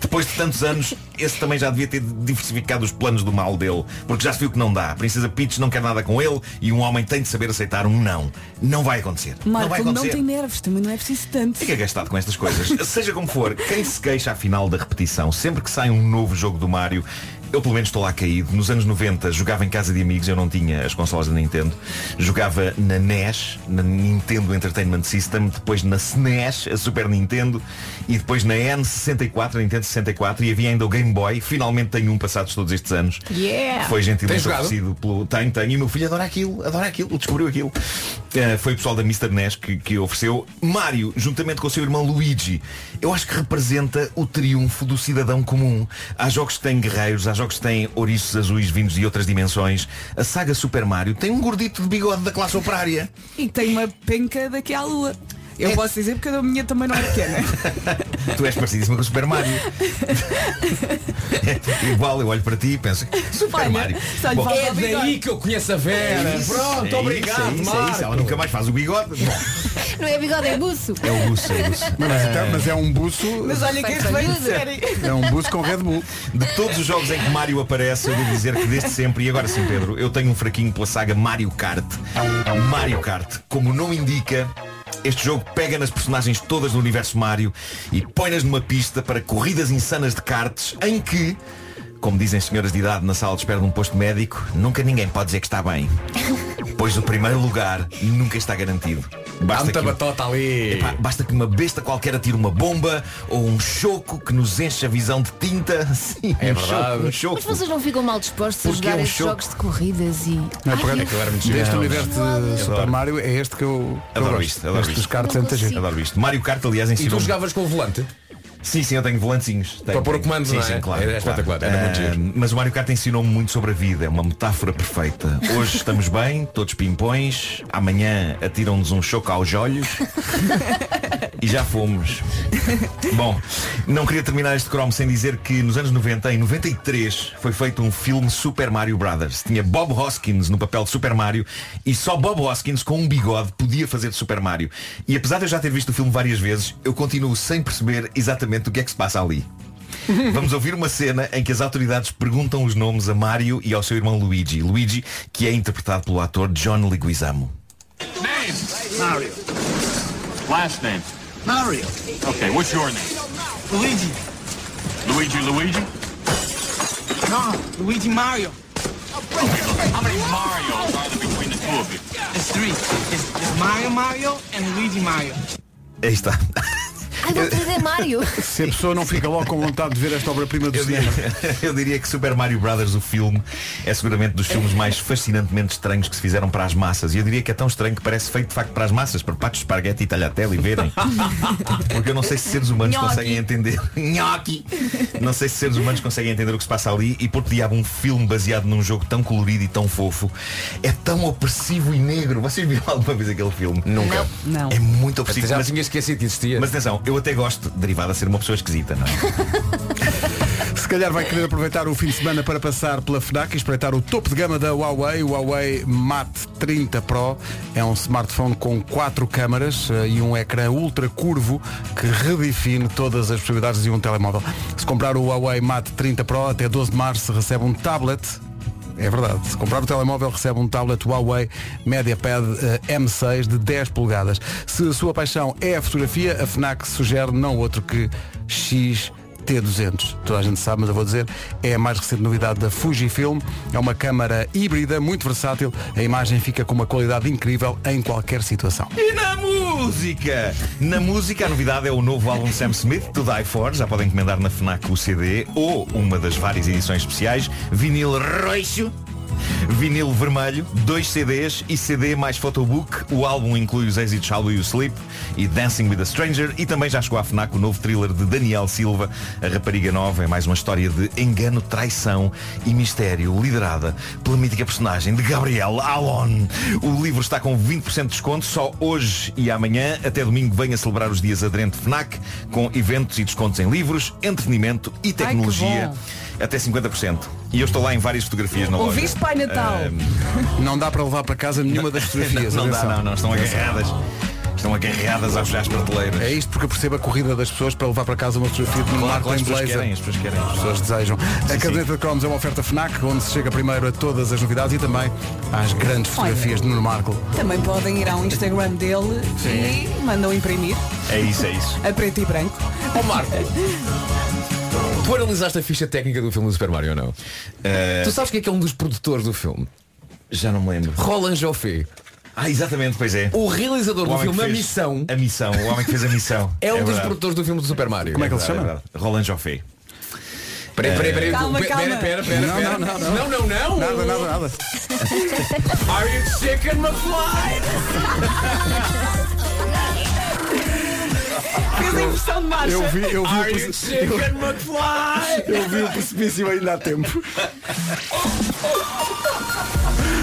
S9: Depois de tantos anos, esse também já devia ter diversificado os planos do mal dele, porque já se viu que não dá. A Princesa Peach não quer nada com ele e um homem tem de saber aceitar um não. Não vai acontecer. não vai
S3: Marco, não,
S9: acontecer.
S3: tem nervos, também não é preciso tanto.
S9: Fica gastado com estas coisas. (laughs) Seja como for, quem se queixa afinal da repetição, sempre que sai um novo jogo do Mario, eu pelo menos estou lá caído. Nos anos 90 jogava em casa de amigos, eu não tinha as consolas da Nintendo. Jogava na NES, na Nintendo Entertainment System, depois na SNES, a Super Nintendo, e depois na N64, a Nintendo 64, e havia ainda o Game Boy. Finalmente tenho um passados todos estes anos.
S13: Yeah.
S9: Foi
S13: Tens
S9: gentilmente
S13: jogado?
S9: oferecido pelo. Tenho, tenho. E o meu filho adora aquilo, adora aquilo, descobriu aquilo. Uh, foi o pessoal da Mr. Nes que, que ofereceu. Mário, juntamente com o seu irmão Luigi, eu acho que representa o triunfo do cidadão comum. Há jogos que têm guerreiros, há jogos que têm ouriços azuis vindos de outras dimensões. A saga Super Mario tem um gordito de bigode da classe (laughs) operária.
S3: E tem uma penca daqui à lua. Eu posso dizer porque a minha também não é pequena.
S9: Tu és parecidíssima com o Super (laughs) Mario. É Igual, eu olho para ti e penso. Super
S3: Olha,
S9: Mario.
S3: só lhe
S9: É Bom,
S3: falta
S7: É
S3: o bigode.
S7: daí que eu conheço a Vera.
S9: É isso, é
S7: Pronto,
S9: isso,
S7: obrigado,
S9: é isso, é
S7: Marco.
S9: isso. Ela nunca mais faz o bigode. Bom,
S5: (laughs) Não é bigode, é buço.
S9: é o buço, é o buço.
S1: Mas, então, mas é um buço.
S5: Mas olha que este veio de série.
S1: É um buço com Red Bull.
S9: De todos os jogos em que Mario aparece, eu devo dizer que desde sempre, e agora sim Pedro, eu tenho um fraquinho pela saga Mario Kart. Mario Kart, como o nome indica, este jogo pega nas personagens todas do universo Mario e põe-nas numa pista para corridas insanas de karts em que, como dizem senhoras de idade na sala de espera de um posto médico, nunca ninguém pode dizer que está bem. Pois o primeiro lugar nunca está garantido. Basta que, batota ali.
S7: É.
S9: basta que uma besta qualquer atire uma bomba ou um choco que nos enche a visão de tinta. (laughs) Sim,
S5: É
S9: um choco, um
S5: Mas
S9: choco.
S5: vocês não ficam mal dispostos a
S9: Porque
S5: jogar
S9: é um
S5: estes
S9: jogo.
S5: jogos de corridas e.
S1: Não, é
S9: É
S5: Ai,
S1: por acaso,
S5: eu-
S1: deste
S9: Não,
S1: universo
S9: não.
S1: de Super
S9: Adoro.
S1: Mario é este que eu, que eu
S9: Adoro
S1: gosto.
S9: isto, adoro
S1: este dos
S9: isto.
S1: cartas é
S9: Não
S1: muita gente.
S9: Adoro isto. Mário Kart, aliás,
S7: E
S9: ensinou
S7: tu jogavas com o volante?
S9: Sim, sim, eu tenho volantinhos. Tenho,
S7: Para pôr o
S9: tenho.
S7: comando,
S9: sim,
S7: não é?
S9: sim, claro.
S7: Era espetacular,
S9: claro.
S7: era muito
S9: Ah,
S7: giro.
S9: Mas o Mario Kart ensinou-me muito sobre a vida, é uma metáfora perfeita. Hoje estamos bem, todos pimpões, amanhã atiram-nos um choco aos
S5: (laughs)
S9: olhos e já fomos. Bom, não queria terminar este cromo sem dizer que nos anos 90, em 93, foi feito um filme Super Mario Brothers. Tinha Bob Hoskins no papel de Super Mario e só Bob Hoskins com um bigode podia fazer de Super Mario. E apesar de eu já ter visto o filme várias vezes, eu continuo sem perceber exatamente o que é que se passa ali. Vamos ouvir uma cena em que as autoridades perguntam os nomes a Mario e ao seu irmão Luigi. Luigi, que é interpretado pelo ator John Leguizamo.
S14: Name? Mario. Last name? Mario. Okay, what's your name? Luigi. Luigi Luigi? No, Luigi Mario. How many Marios are there between the two of you? It's three. It's, it's Mario Mario and Luigi Mario.
S9: Aí está.
S5: Ai, vou trazer Mário.
S1: Se a pessoa não fica logo com vontade de ver esta obra-prima do
S9: Eu
S1: cinema.
S9: diria, (laughs) eu diria que Super Mario Brothers, o filme, é seguramente dos filmes mais fascinantemente estranhos que se fizeram para as massas. E eu diria que é tão estranho que parece feito de facto para as massas, para patos de esparguete e talhatela
S7: (laughs)
S9: e verem. Porque eu não sei se seres humanos
S14: Nhoque.
S9: conseguem entender. Nhoque! Não sei se seres humanos conseguem entender o que se passa ali e por que diabo um filme baseado num jogo tão colorido e tão fofo é tão opressivo e negro. Vocês viram alguma vez aquele filme? Nunca.
S3: Não.
S9: É muito opressivo.
S7: Já
S9: mas-
S7: tinha esquecido que existia.
S9: mas atenção, eu até gosto, derivado a ser uma pessoa esquisita, não é?
S1: Se calhar vai querer aproveitar o fim de semana para passar pela FNAC e espreitar o topo de gama da Huawei. O Huawei Mate 30 Pro é um smartphone com quatro câmaras eh, e um ecrã ultra curvo que redefine todas as possibilidades de um telemóvel. Se comprar o Huawei Mate 30 Pro até 12 de março recebe um tablet É verdade. Se comprar o telemóvel, recebe um tablet Huawei MediaPad eh, M6 de 10 polegadas. Se a sua paixão é a fotografia, a FNAC sugere não outro que XT200. Toda a gente sabe, mas eu vou dizer, é a mais recente novidade da Fujifilm. É uma câmara híbrida, muito versátil. A imagem fica com uma qualidade incrível em qualquer situação.
S9: E na música? Na música a novidade é o novo álbum de Sam Smith, To Die For. Já podem encomendar na FNAC o CD ou uma das várias edições especiais. Vinil roxo. Vinil vermelho, dois CDs e CD mais photobook. O álbum inclui os êxitos How Do You Sleep e Dancing with a Stranger e também já chegou à FNAC o novo thriller de Daniel Silva, A Rapariga Nova. É mais uma história de engano, traição e mistério, liderada pela mítica personagem de Gabriel Alon. O livro está com 20% de desconto só hoje e amanhã. Até domingo venha celebrar os dias aderente FNAC com eventos e descontos em livros, entretenimento e tecnologia.
S3: bom.
S9: até 50%. E eu estou lá em várias fotografias na loja.
S3: Ouviste Pai Natal?
S9: Ahm,
S1: Não dá para levar para casa nenhuma das fotografias.
S15: (laughs)
S9: (laughs) não, não dá,
S1: atenção.
S9: não, não, estão agarradas.
S15: Estão agarradas às, às prateleiras.
S1: É isto porque eu percebo a corrida das pessoas para levar para casa uma fotografia de um
S15: Claro,
S1: Marco
S15: claro, as
S1: em
S15: pessoas
S1: blazer.
S15: querem, as pessoas querem.
S1: As pessoas desejam.
S15: Sim,
S1: a
S15: sim.
S1: caderneta de cromos é uma oferta FNAC, onde se chega primeiro a todas as novidades e também às grandes fotografias de Nuno Marco.
S3: Também podem ir ao Instagram dele e mandam imprimir
S15: É isso, é isso.
S3: a preto e branco.
S7: Ó Marco! Tu analisaste a ficha técnica do filme do Super Mario ou não? Tu sabes quem é que é um dos produtores do filme?
S15: Já não me lembro.
S7: Roland Joffé.
S15: Ah, exatamente, pois é.
S7: O realizador do
S15: homem que
S7: filme A
S15: fez
S7: Missão
S15: A missão, o homem que fez a missão.
S7: (laughs) é um dos
S15: verdade.
S7: produtores do filme do Super Mario.
S15: É verdade, é verdade. Roland Joffé.
S7: Peraí, peraí,
S15: Eh,
S7: peraí.
S15: Calma,
S7: Pera,
S15: calma.
S7: Pera, pera, pera,
S15: Não,
S7: pera.
S15: não,
S7: não. Não, não, é
S1: Nada, nada, nada.
S7: Are you chicken McFly?
S3: Fez a impressão de marcha.
S1: Eu vi, eu vi,
S7: Are
S1: o
S7: you
S1: preci- eu-
S7: chicken McFly?
S1: eu vi o precipício ainda há
S7: (laughs)
S1: tempo.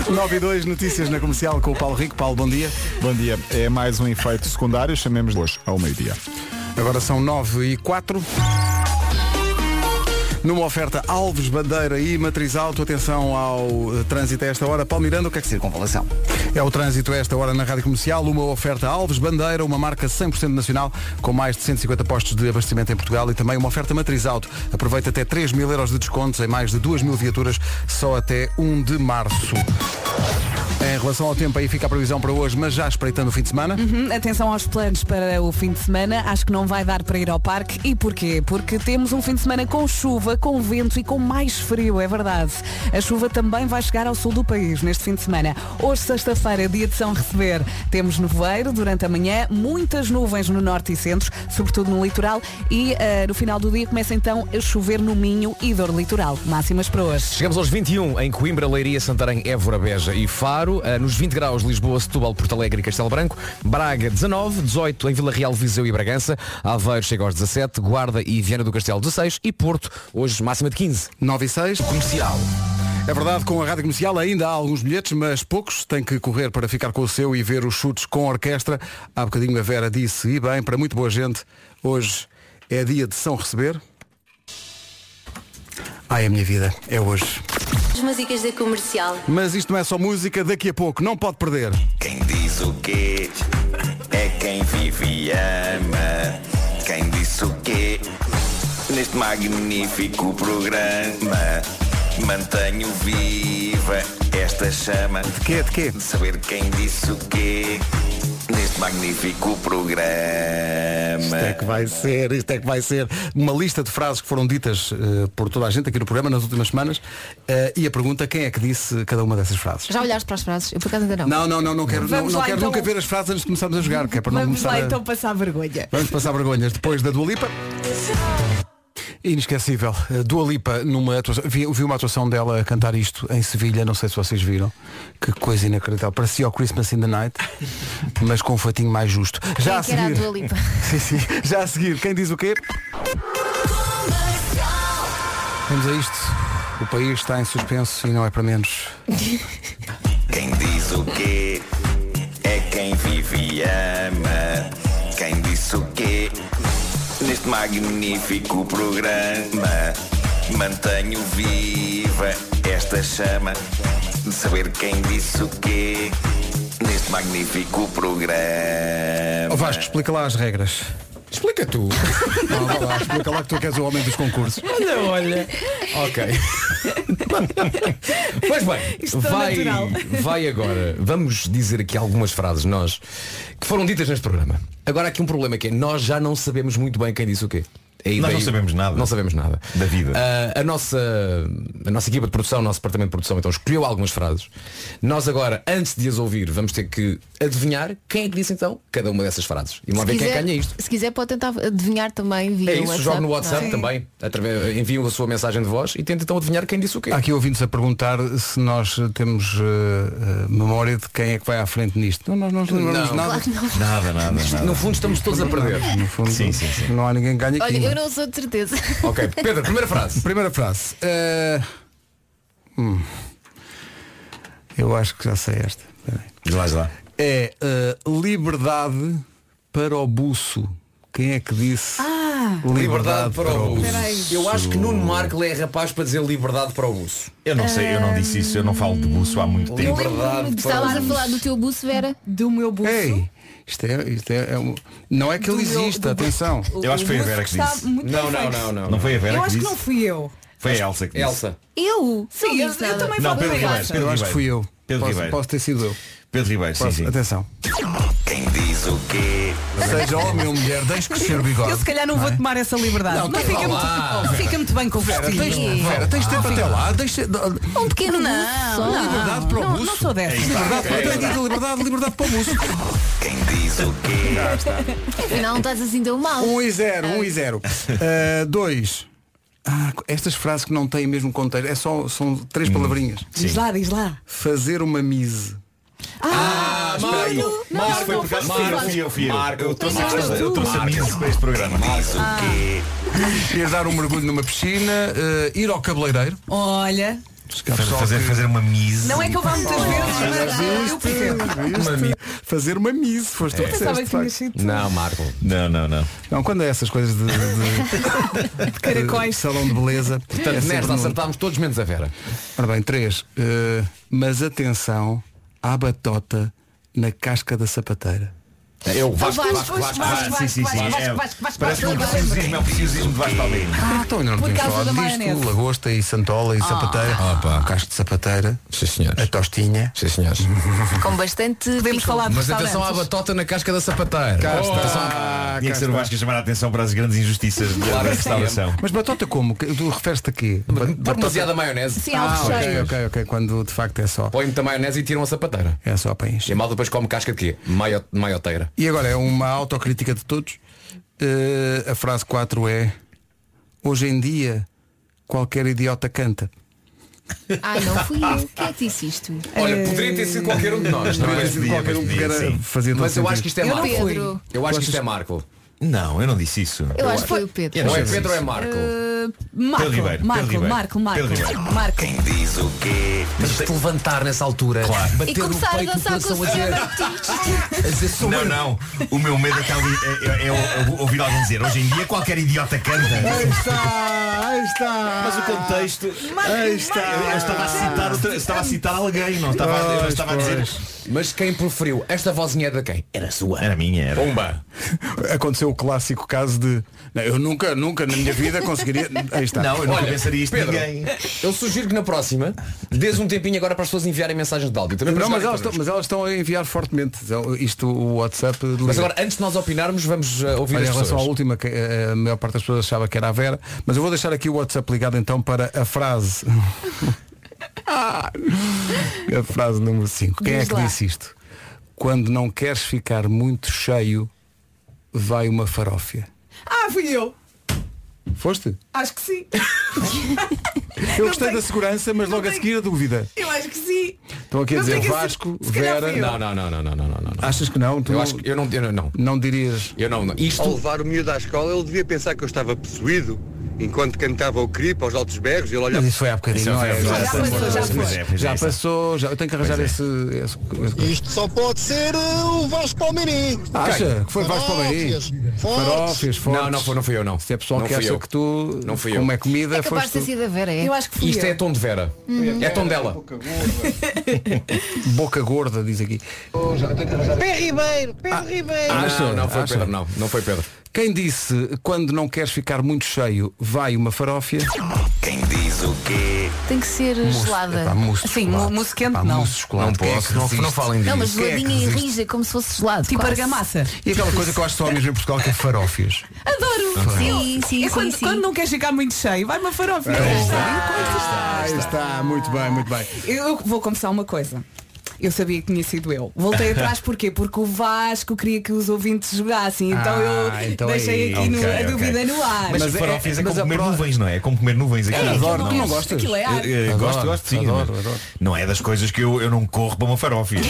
S1: 9 e 2, notícias na comercial com o Paulo Rico. Paulo, bom dia.
S2: Bom dia. É mais um efeito secundário, chamemos de hoje ao meio-dia.
S1: Agora são 9 e 4. Numa oferta Alves, Bandeira e Matriz Alto, atenção ao eh, trânsito a esta hora. Paulo Miranda, o que é que se Circunvalação. É o trânsito a esta hora na Rádio Comercial, uma oferta Alves, Bandeira, uma marca 100% nacional, com mais de 150 postos de abastecimento em Portugal e também uma oferta Matriz Alto. Aproveita até 3 mil euros de descontos em mais de 2 mil viaturas, só até 1 de março. Em relação ao tempo, aí fica a previsão para hoje, mas já espreitando o fim de semana.
S3: Uhum, Atenção aos planos para o fim de semana. Acho que não vai dar para ir ao parque. E porquê? Porque temos um fim de semana com chuva, com vento e com mais frio, é verdade. A chuva também vai chegar ao sul do país neste fim de semana. Hoje, sexta-feira, dia de São Receber, temos nevoeiro durante a manhã, muitas nuvens no norte e centro, sobretudo no litoral. E eh, no final do dia começa então a chover no Minho e dor litoral. Máximas para hoje.
S7: Chegamos aos 21 em Coimbra, Leiria, Santarém, Évora, Beja e Faro. Ah, Nos 20 graus, Lisboa, Setúbal, Porto Alegre e Castelo Branco. Braga, 19. 18 em Vila Real, Viseu e Bragança. Aveiro chega aos 17. Guarda e Viana do Castelo, 16. E Porto, hoje máxima de 15.
S1: 9 e 6.
S7: Comercial.
S1: É verdade, com a Rádio Comercial ainda há alguns bilhetes, mas poucos. Tem que correr para ficar com o seu e ver os chutes com a orquestra. Há bocadinho a Vera disse, e bem, para muito boa gente, hoje é dia de São Receber. Ai, a minha vida, é hoje.
S12: As músicas da comercial.
S1: Mas isto não é só música, daqui a pouco, não pode perder.
S9: Quem diz o quê é quem vive e ama. Quem disse o quê neste magnífico programa. Mantenho viva esta chama. De
S1: quê? De quê?
S9: saber quem disse o quê neste magnífico
S1: Isto é
S9: programa.
S1: que vai ser, isto é que vai ser. Uma lista de frases que foram ditas eh, por toda a gente aqui no programa nas últimas semanas. eh, e a pergunta, quem é que disse cada uma dessas frases?
S5: Já olhaste para as frases? Eu por acaso ainda não.
S1: Não, não, não, não quero, não,
S5: Tá Vamos
S1: não
S5: lá,
S1: quero
S5: então.
S1: nunca ver as frases antes de começarmos a jogar, que é para não
S16: Vamos
S1: começar
S16: lá
S1: a-
S16: então passar vergonha.
S1: Vamos passar vergonhas depois da Dua Lipa. Inesquecível. A Dua Lipa numa atuação. Vi, vi uma atuação dela a cantar isto em Sevilha, não sei se vocês viram. Que coisa inacreditável. Parecia o Christmas in the Night, mas com um fatinho mais justo. Já a
S5: Quem é que era a Dua
S1: seguir.
S5: Lipa?
S1: (laughs) Sim, sim. Já a seguir, quem diz o quê? Vamos a isto. O país está em suspenso e não é para menos.
S9: Quem diz o quê é quem vive e ama. Quem disse o quê neste magnífico programa. Mantenho viva esta chama de saber quem disse o quê neste magnífico programa.
S1: Ó Vasco, explica lá as regras.
S7: Explica tu.
S1: Não, vá lá, explica lá que tu queres o homem dos concursos.
S7: Olha, olha. Ok. pois bem,
S16: Estou
S7: vai,
S16: natural.
S7: vai agora. Vamos dizer aqui algumas frases nós que foram ditas neste programa. Agora há aqui um problema que é nós já não sabemos muito bem quem disse o quê. É
S15: Nós não sabemos
S7: nada. Não sabemos nada.
S15: Da vida.
S7: Ah, a, nossa, a nossa equipa de produção, o nosso departamento de produção, então escolheu algumas frases. Nós agora, antes de as ouvir, vamos ter que adivinhar quem é que disse então cada uma dessas frases. E vamos ver quem ganha isto.
S5: se quiser pode tentar adivinhar também via
S7: É isso,
S5: WhatsApp.
S7: joga no WhatsApp
S5: não é?
S7: também, através, enviam a sua mensagem de voz e tenta então adivinhar quem disse o quê.
S1: Há aqui ouvintes a perguntar se nós temos eh, eh, memória de quem é que vai à frente nisto. Não, nós não nos lembramos
S7: Não.
S1: nada.
S5: Claro, não.
S15: Nada, nada,
S7: Isto, No fundo estamos todos a perder.
S1: No fundo, não há ninguém que ganhe aqui.
S5: Olha, eu não sou de certeza.
S7: Ok,
S5: (laughs)
S7: Pedro,
S1: (laughs)
S7: primeira frase.
S1: Primeira frase. Eh, hum. eu acho que já sei esta. Espera aí.
S15: Diz lá, diz lá.
S1: É eh, liberdade para o buço. Quem é que disse
S3: Ah,
S7: Liberdade para o buço.
S3: Espera aí.
S7: Eu acho que Nuno Marco é rapaz para dizer liberdade para o buço.
S15: Eu não sei, eu não disse isso, eu não falo de buço há muito tempo.
S7: Liberdade para o
S5: Estavas a
S7: buço.
S5: falar do teu buço, Vera?
S16: Do meu buço.
S1: Ei, Isto é, isto é, é um- não é que ele
S3: Do meu-
S1: exista,
S3: do-
S1: atenção.
S3: o- Eu acho que foi a Vera que disse. muito bem
S9: Não, não,
S3: feito.
S9: não, não. Não foi a Vera
S3: Eu
S9: que
S3: acho que
S9: disse?
S3: não fui eu.
S9: Foi a Elsa que disse. Elsa.
S3: Eu? Sim, eu, eu também
S9: Não,
S3: falo
S9: Pedro
S3: da
S9: Ribeiro.
S3: Elsa.
S9: Pedro
S1: Eu acho
S9: Ribeiro.
S1: que fui eu.
S9: Pedro
S1: posso,
S9: Ribeiro.
S1: posso ter sido eu.
S9: Pedro Ribeiro, sim,
S1: Posso-
S9: sim. é
S1: Atenção.
S12: Quem diz o quê?
S1: Seja homem ou mulher, deixe crescer o bigode.
S3: Eu se calhar não, vou tomar essa liberdade. Não,
S1: tem-
S3: fica,
S1: é? vá
S3: muito,
S1: lá,
S3: não
S1: Vera.
S3: fica muito bem com o
S1: Vera,
S3: vestido.
S1: tens, Vera, tens tempo até lá. Deixa,
S3: Um pequeno
S5: buço
S3: não,
S5: só.
S3: não,
S1: liberdade para o
S3: não, não
S1: buço.
S3: sou dessa.
S1: liberdade, liberdade, liberdade, liberdade para o buço.
S12: Quem diz o quê?
S5: Afinal, não estás assim tão mal.
S1: 1 e 0, 1 e 0. 2. Ah, Estas frases que não têm mesmo contexto, é só, são
S9: Hum.
S1: três palavrinhas.
S3: Diz lá, diz lá.
S1: Fazer uma mise.
S3: Ah,
S9: espera aí.
S3: Marco,
S9: Mas isso foi por causa
S1: Marco,
S9: fui eu, fui eu, fui eu.
S1: Marco,
S9: eu trouxe,
S1: Marco,
S9: eu, eu trouxe a
S1: Marco.
S9: mim para este programa.
S1: Ir dar um mergulho numa piscina, eh, ir ao cabeleireiro.
S3: Olha,
S9: Fazer, fazer uma mise.
S3: não é que eu vá muitas vezes, mas eu percebo.
S1: Uma mise. Fazer uma mise, foste tu
S9: Eu
S1: que
S3: pensava que
S1: disseste,
S3: tinha
S1: de
S3: sido
S1: facto.
S9: Não, Marco. Não, não, não.
S1: Não, quando é essas coisas de, de-
S9: (laughs)
S3: De caracóis.
S1: de salão de beleza.
S7: Portanto,
S1: é sempre
S7: nesta
S1: no-
S7: acertámos todos menos a Vera.
S1: Ora bem, três. eh, mas atenção à batota na casca da sapateira.
S7: É o
S1: Vasco,
S9: Vasco,
S1: Vasco,
S9: Vasco,
S1: Vasco,
S9: Vasco, sim, sim, sim.
S1: Vasco,
S9: É,
S1: Vasco, Vasco, Vasco,
S9: Parece um
S1: Vasco,
S9: preciosismo, é um preciosismo de Vasco Palmeiras.
S1: Ah, então ainda não
S9: Por
S1: temos
S9: causa
S1: falado
S9: da
S1: disto.
S9: maionese. Ah.
S1: Lagosta e santola e sapateira. Casco de sapateira.
S7: Sim, senhores.
S1: A tostinha.
S7: Sim, senhores.
S5: Com bastante. Podemos falar
S7: Mas atenção à batota na casca da sapateira. Atenção
S1: Ah,
S7: à-
S9: Tinha que ser o Vasco a chamar a atenção para as grandes injustiças da-
S7: Claro
S9: da
S7: que sim.
S9: restauração.
S1: Mas batota como? Que- Tu referes-te a quê? Ba- batota-
S7: Demasiada maionese.
S5: Sim, há o
S1: Ah, ok,
S5: recheio.
S1: ok, ok. Quando de facto é só.
S7: Põe muita maionese e tiram a sapateira.
S1: É só para encher.
S7: E a malta depois come casca de quê? Maio- Maioteira.
S1: E agora é uma autocrítica de todos. Eh, a frase 4 é Hoje em dia qualquer idiota canta.
S5: Ah, não fui eu. O que é que disse isto?
S7: Olha, poderia ter sido qualquer um de nós. não
S1: Poderia
S7: é?
S1: ter sido qualquer um que era- fazia todo
S7: Mas eu
S1: sentido.
S7: acho que isto é
S5: Eu não
S7: Marco.
S5: fui. Pedro.
S7: Eu acho que isto é Marco.
S9: Não, eu não disse isso.
S5: Eu acho que foi o Pedro.
S7: Ou é Pedro ou é Marco?
S3: Eh, Marco,
S9: Pedro Ribeiro,
S3: Marco,
S9: Pedro Ribeiro,
S3: Marco,
S9: Pedro
S3: Marco,
S9: Ribeiro.
S3: Marco.
S12: Diz o quê?
S7: Mas te levantar nessa altura,
S9: Claro.
S7: bater
S5: E começar a
S7: no um peito, o
S5: dançar com o
S7: coração a
S5: Senhor
S7: dizer,
S5: Baptista.
S7: a dizer sou
S9: Não,
S7: eu.
S9: não. O meu medo é, que alguém, é, é- é- é ouvir alguém dizer hoje em dia qualquer idiota
S7: é
S9: canta.
S1: Aí está, aí está.
S9: Mas o contexto.
S1: Aí está.
S9: Eu, eu estava, a citar outra- eu estava a citar alguém, não estava, eu não
S1: Pois, (laughs)
S9: estava a dizer.
S7: Mas quem preferiu? Esta vozinha é de quem? Era sua.
S9: Era minha, era.
S7: Bomba.
S1: Aconteceu o clássico caso de "Não, eu nunca, nunca na minha vida conseguiria. Aí está.
S9: Não, eu não
S7: Olha,
S9: pensaria isto
S7: Pedro,
S9: ninguém.
S7: eu sugiro que na próxima dês um tempinho agora para as pessoas enviarem mensagens de áudio. Também para
S1: Não, mas
S7: jogar
S1: elas, estão,
S7: connosco.
S1: mas elas estão a enviar fortemente. Então, Isto o WhatsApp. liga.
S7: Mas agora, antes de nós opinarmos, vamos uh, ouvir
S1: Olha, em
S7: as
S1: relação
S7: pessoas.
S1: à última, que eh, a maior parte das pessoas achava que era a Vera, mas eu vou deixar aqui o WhatsApp ligado então para a (laughs) frase. Ah, a frase número 5. Quem é
S5: Diz
S1: que
S5: lá.
S1: disse isto? Quando não queres ficar muito cheio, vai uma farófia.
S3: Ah, fui eu.
S1: Foste?
S3: Acho que sim.
S1: Eu
S3: Não
S1: gostei
S3: tenho-
S1: da segurança, mas
S3: não
S1: logo a
S3: tenho-
S1: seguir a dúvida.
S3: Eu acho que sim.
S1: Estão aqui a
S3: Não
S1: dizer
S3: tenho a cer-
S1: Vasco,
S3: se calhar
S1: Vera.
S3: fui eu.
S7: Não, não, não, não, não, não, não, não. não.
S1: Achas que não? Tu
S7: Eu
S1: não,
S7: acho que eu não, eu não,
S1: não dirias.
S7: eu não, não.
S17: Ao
S7: Isto
S17: levar o miúdo à escola, ele devia pensar que eu estava possuído. Enquanto cantava o creep aos altos berros, ele olhava...
S1: Mas isso foi há bocadinho,
S17: Isso
S1: não é?
S17: foi há
S1: Já
S17: bocadinho.
S1: passou, já
S17: Pois
S1: passou.
S17: é, pois é,
S1: Já
S17: isso é.
S1: passou, já. Eu tenho que arranjar esse. esse- esse-
S18: Isto só pode ser uh, o Vasco Palmeirim.
S1: Acha? Que foi Vasco
S18: Farófias,
S1: Palmeirim?
S18: fortes.
S1: Farófias, fortes.
S7: Não, não foi, não fui eu, não.
S1: Se é pessoal
S7: Não
S1: que
S7: fui
S1: acha
S7: eu.
S1: que tu,
S7: Não fui eu.
S1: como é comida,
S5: É capaz de
S1: foste
S5: ter sido a Vera, é?
S3: Eu acho que fui
S7: isto
S3: eu.
S7: é tom de Vera.
S5: Uhum.
S7: É tom dela.
S1: tu. boca gorda, diz aqui.
S8: Pé Ribeiro, Pé Ribeiro.
S7: Ah,
S1: Acha?
S7: não, não foi
S1: Acha?
S7: Pedro, não. Não foi Pedro.
S1: Quem disse quando não queres ficar muito cheio, vai uma farófia?
S12: Quem diz o quê?
S5: Tem que ser gelada.
S1: Epá, mousse de
S3: Sim,
S1: chocolate.
S3: mousse quente,
S1: Pá,
S3: não.
S1: mousse de chocolate.
S7: Não
S1: Quem é
S7: posso,
S1: que
S7: não-
S1: resiste?
S7: não falem
S5: Não, mas
S1: Quem é que
S5: geladinha e
S1: resiste?
S5: rija como se fosse gelado.
S1: ah,
S3: Tipo
S5: quase.
S3: argamassa.
S1: E aquela coisa que eu acho só mesmo em Portugal que é farófias.
S5: Adoro! Sim, sim,
S3: É
S5: sim,
S3: quando,
S5: sim.
S3: quando não queres ficar muito cheio, vai uma farofa.
S1: Ah, está, muito bem, É muito bem.
S3: Eu vou confessar uma coisa. Eu sabia que tinha sido eu. Voltei atrás porquê? Porque o Vasco queria que os ouvintes jogassem. Então
S1: Ah,
S3: eu
S1: então é
S3: deixei
S1: isso.
S3: aqui no-
S9: Ok,
S3: a
S9: ok.
S3: dúvida no ar.
S9: Mas,
S1: Mas é-
S9: farófias é,
S1: mas
S9: como
S1: a
S9: comer
S1: pro-
S9: nuvens, não é? É como comer nuvens aqui.
S3: É,
S1: Adoro,
S3: aquilo
S1: não
S3: é-
S1: gostas?
S3: Aquilo é ar.
S9: Eu- eu gosto,
S1: Adoro,
S9: gosto, sim.
S1: adoro,
S9: mas
S1: adoro.
S9: Não é das coisas que eu, eu não corro para
S1: (laughs)
S9: uma farófia.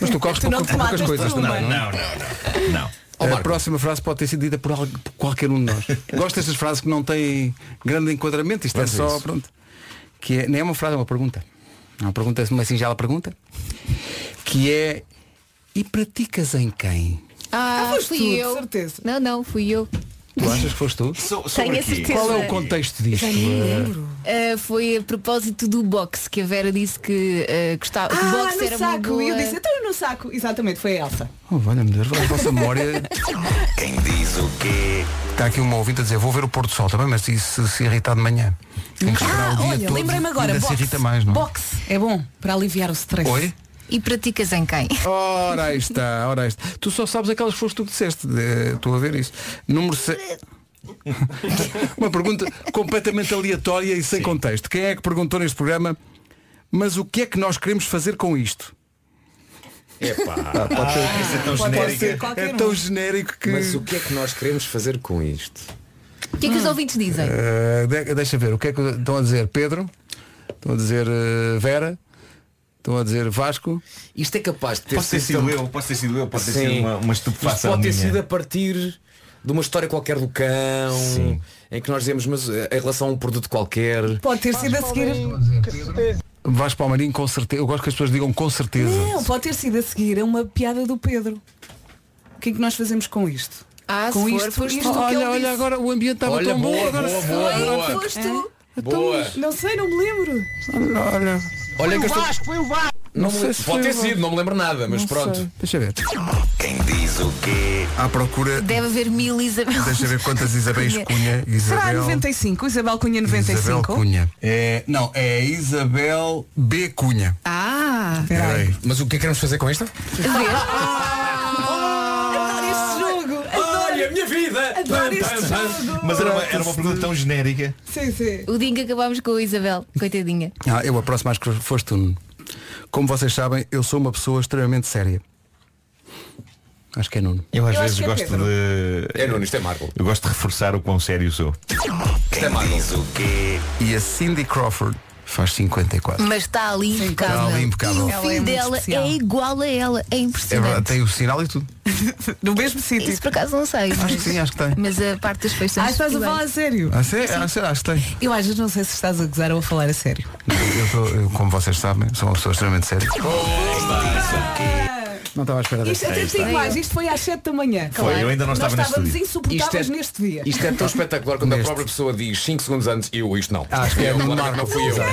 S1: Mas tu corres
S3: Tu não
S1: pouca-
S3: te
S1: poucas
S3: matas
S1: coisas
S3: por uma.
S1: também, não é?
S9: não, não. não.
S1: a próxima frase pode ter sido dita por, al- por qualquer um de nós. Gosto destas frases que não têm grande enquadramento. Isto é
S7: Vamos a
S1: só,
S7: isso.
S1: pronto. Que é, nem é uma frase, é uma pergunta. É uma pergunta, uma singela pergunta. Que é, e praticas em quem?
S5: Ah,
S3: foste tu,
S5: fui
S3: de
S5: eu.
S3: certeza.
S5: Não, não, fui eu.
S1: Tu achas que foste tu?
S9: So,
S5: Tenho a certeza.
S1: Qual é o contexto disto?
S5: Ah, foi a propósito do boxe que a Vera disse que ah, gostava. que
S3: Ah,
S5: boxe
S3: no
S5: era uma
S3: saco.
S5: boa...
S3: E eu disse, então eu não no saco. Exatamente, foi a Elsa.
S1: Oh, valha-me Deus, a vossa memória.
S12: Quem diz o quê?
S1: Está aqui uma ouvinte a dizer, vou ver o pôr do sol também, mas se, se, se irritar de manhã. Tem que esperar o dia todo,
S3: lembrei-me agora,
S1: ainda se
S3: boxe.
S1: irrita mais, não é?
S3: Boxe é bom para aliviar o stress.
S1: Oi?
S5: E praticas em quem?
S1: Ora aí está, ora aí está. Tu só sabes aquelas que foste tu que disseste. Eh, Estou a ver isso. Número 6. (laughs) Uma pergunta completamente aleatória e sem contexto. Quem é que perguntou neste programa? Mas o que é que nós queremos fazer com isto?
S7: Epá,
S1: Ah, pode ser-
S7: isso é tão
S1: pode
S7: genérico.
S1: ser qualquer É um. tão genérico que-
S7: Mas o que é que nós queremos fazer com isto?
S5: O que é que os ouvintes dizem?
S1: Eh, de- deixa ver, o que é que estão a dizer? Pedro? Estão a dizer eh, Vera? Estão a dizer Vasco?
S7: Isto é capaz de
S9: Posso ter sido eu, posso ter sido eu, posso ter sido uma, uma
S7: Isto
S9: estupefação
S7: pode ter
S9: minha.
S7: sido a partir de uma história qualquer do cão, em que nós dizemos, mas eh, em relação a um produto qualquer.
S3: Pode ter sido a seguir.
S1: Vasco Palmarinho, com certeza. Eu gosto que as pessoas digam com certeza.
S3: Não, pode ter sido a seguir a uma piada do Pedro. O que é que nós fazemos com isto?
S5: Ah,
S3: com
S5: se for, foste tu que
S1: olha,
S5: ele
S1: olha
S5: disse.
S1: agora o ambiente estava
S5: Olha,
S1: tão bom.
S5: boa,
S1: Agora
S5: boa,
S1: se-
S5: boa,
S1: agora-
S5: boa. Foste tu.
S1: Então,
S7: Boa.
S3: Não sei, não me lembro.
S1: Olha,
S7: Olha que eu estou-
S18: foi o Vasco!
S7: Não me
S1: sei
S7: lembro.
S1: se
S7: Pode
S1: foi
S7: ter
S1: o-
S7: sido, não me lembro nada, mas
S1: Não
S7: pronto.
S1: sei. Deixa ver.
S12: Quem diz o quê?
S1: À procura.
S5: Deve haver mil
S1: (laughs)
S5: Isabel.
S1: Deixa ver quantas Isabéis Cunha.
S3: Será
S1: Isabel.
S3: 95? Isabel Cunha
S1: Isabel
S3: 95?
S1: Cunha. É, não, é Isabel B. Cunha.
S3: Ah!
S1: Peraí.
S7: Mas o que é que queremos fazer com esta?
S3: Adoro Ah, este jogo!
S1: Ah!
S7: Olha, a minha vida!
S3: Adoro este jogo!
S9: Mas era uma, era uma pergunta tão genérica.
S3: Sim, sim.
S5: O dia em que acabámos com a Isabel, coitadinha.
S1: Ah, eu aproximo mais que foste tu. Nuno. Como vocês sabem, eu sou uma pessoa extremamente séria. Acho que é Nuno.
S9: Eu às vezes gosto de.
S7: É Nuno, isto é Marco.
S9: Eu gosto de reforçar o quão sério sou.
S7: Isto é Marco.
S1: E a Cindy Crawford faz 54.
S5: Mas está ali impecável.
S1: Está ali impecável.
S5: E o
S1: Ela
S5: filho
S1: é muito
S5: dela
S1: especial.
S5: é igual a ela. É
S1: É verdade,
S5: impressionante.
S1: tem o sinal e tudo.
S3: No mesmo sítio.
S5: Isso por acaso não sei.
S1: Acho que sim, acho que tem.
S5: Mas a parte das feições.
S3: Ah, estás a falar a sério?
S1: Ah, sim? Ah, sim, acho que tem.
S3: Eu às vezes não sei se estás a gozar ou a falar a sério.
S1: Eu sou, eu, como vocês sabem, sou uma pessoa extremamente séria. Não estava à espera
S3: Ah, Isto
S1: desta.
S3: até te digo mais, isto foi às 7 da manhã.
S1: Foi, eu ainda não
S3: Nós
S1: estava neste
S3: estávamos
S1: estúdio.
S3: insuportáveis neste dia.
S7: Isto é tão espetacular quando a própria pessoa diz 5 segundos antes, eu isto não.
S1: Acho que é
S7: Eu,
S1: o
S7: claro que
S1: Marco.
S7: não fui eu.
S1: Exato.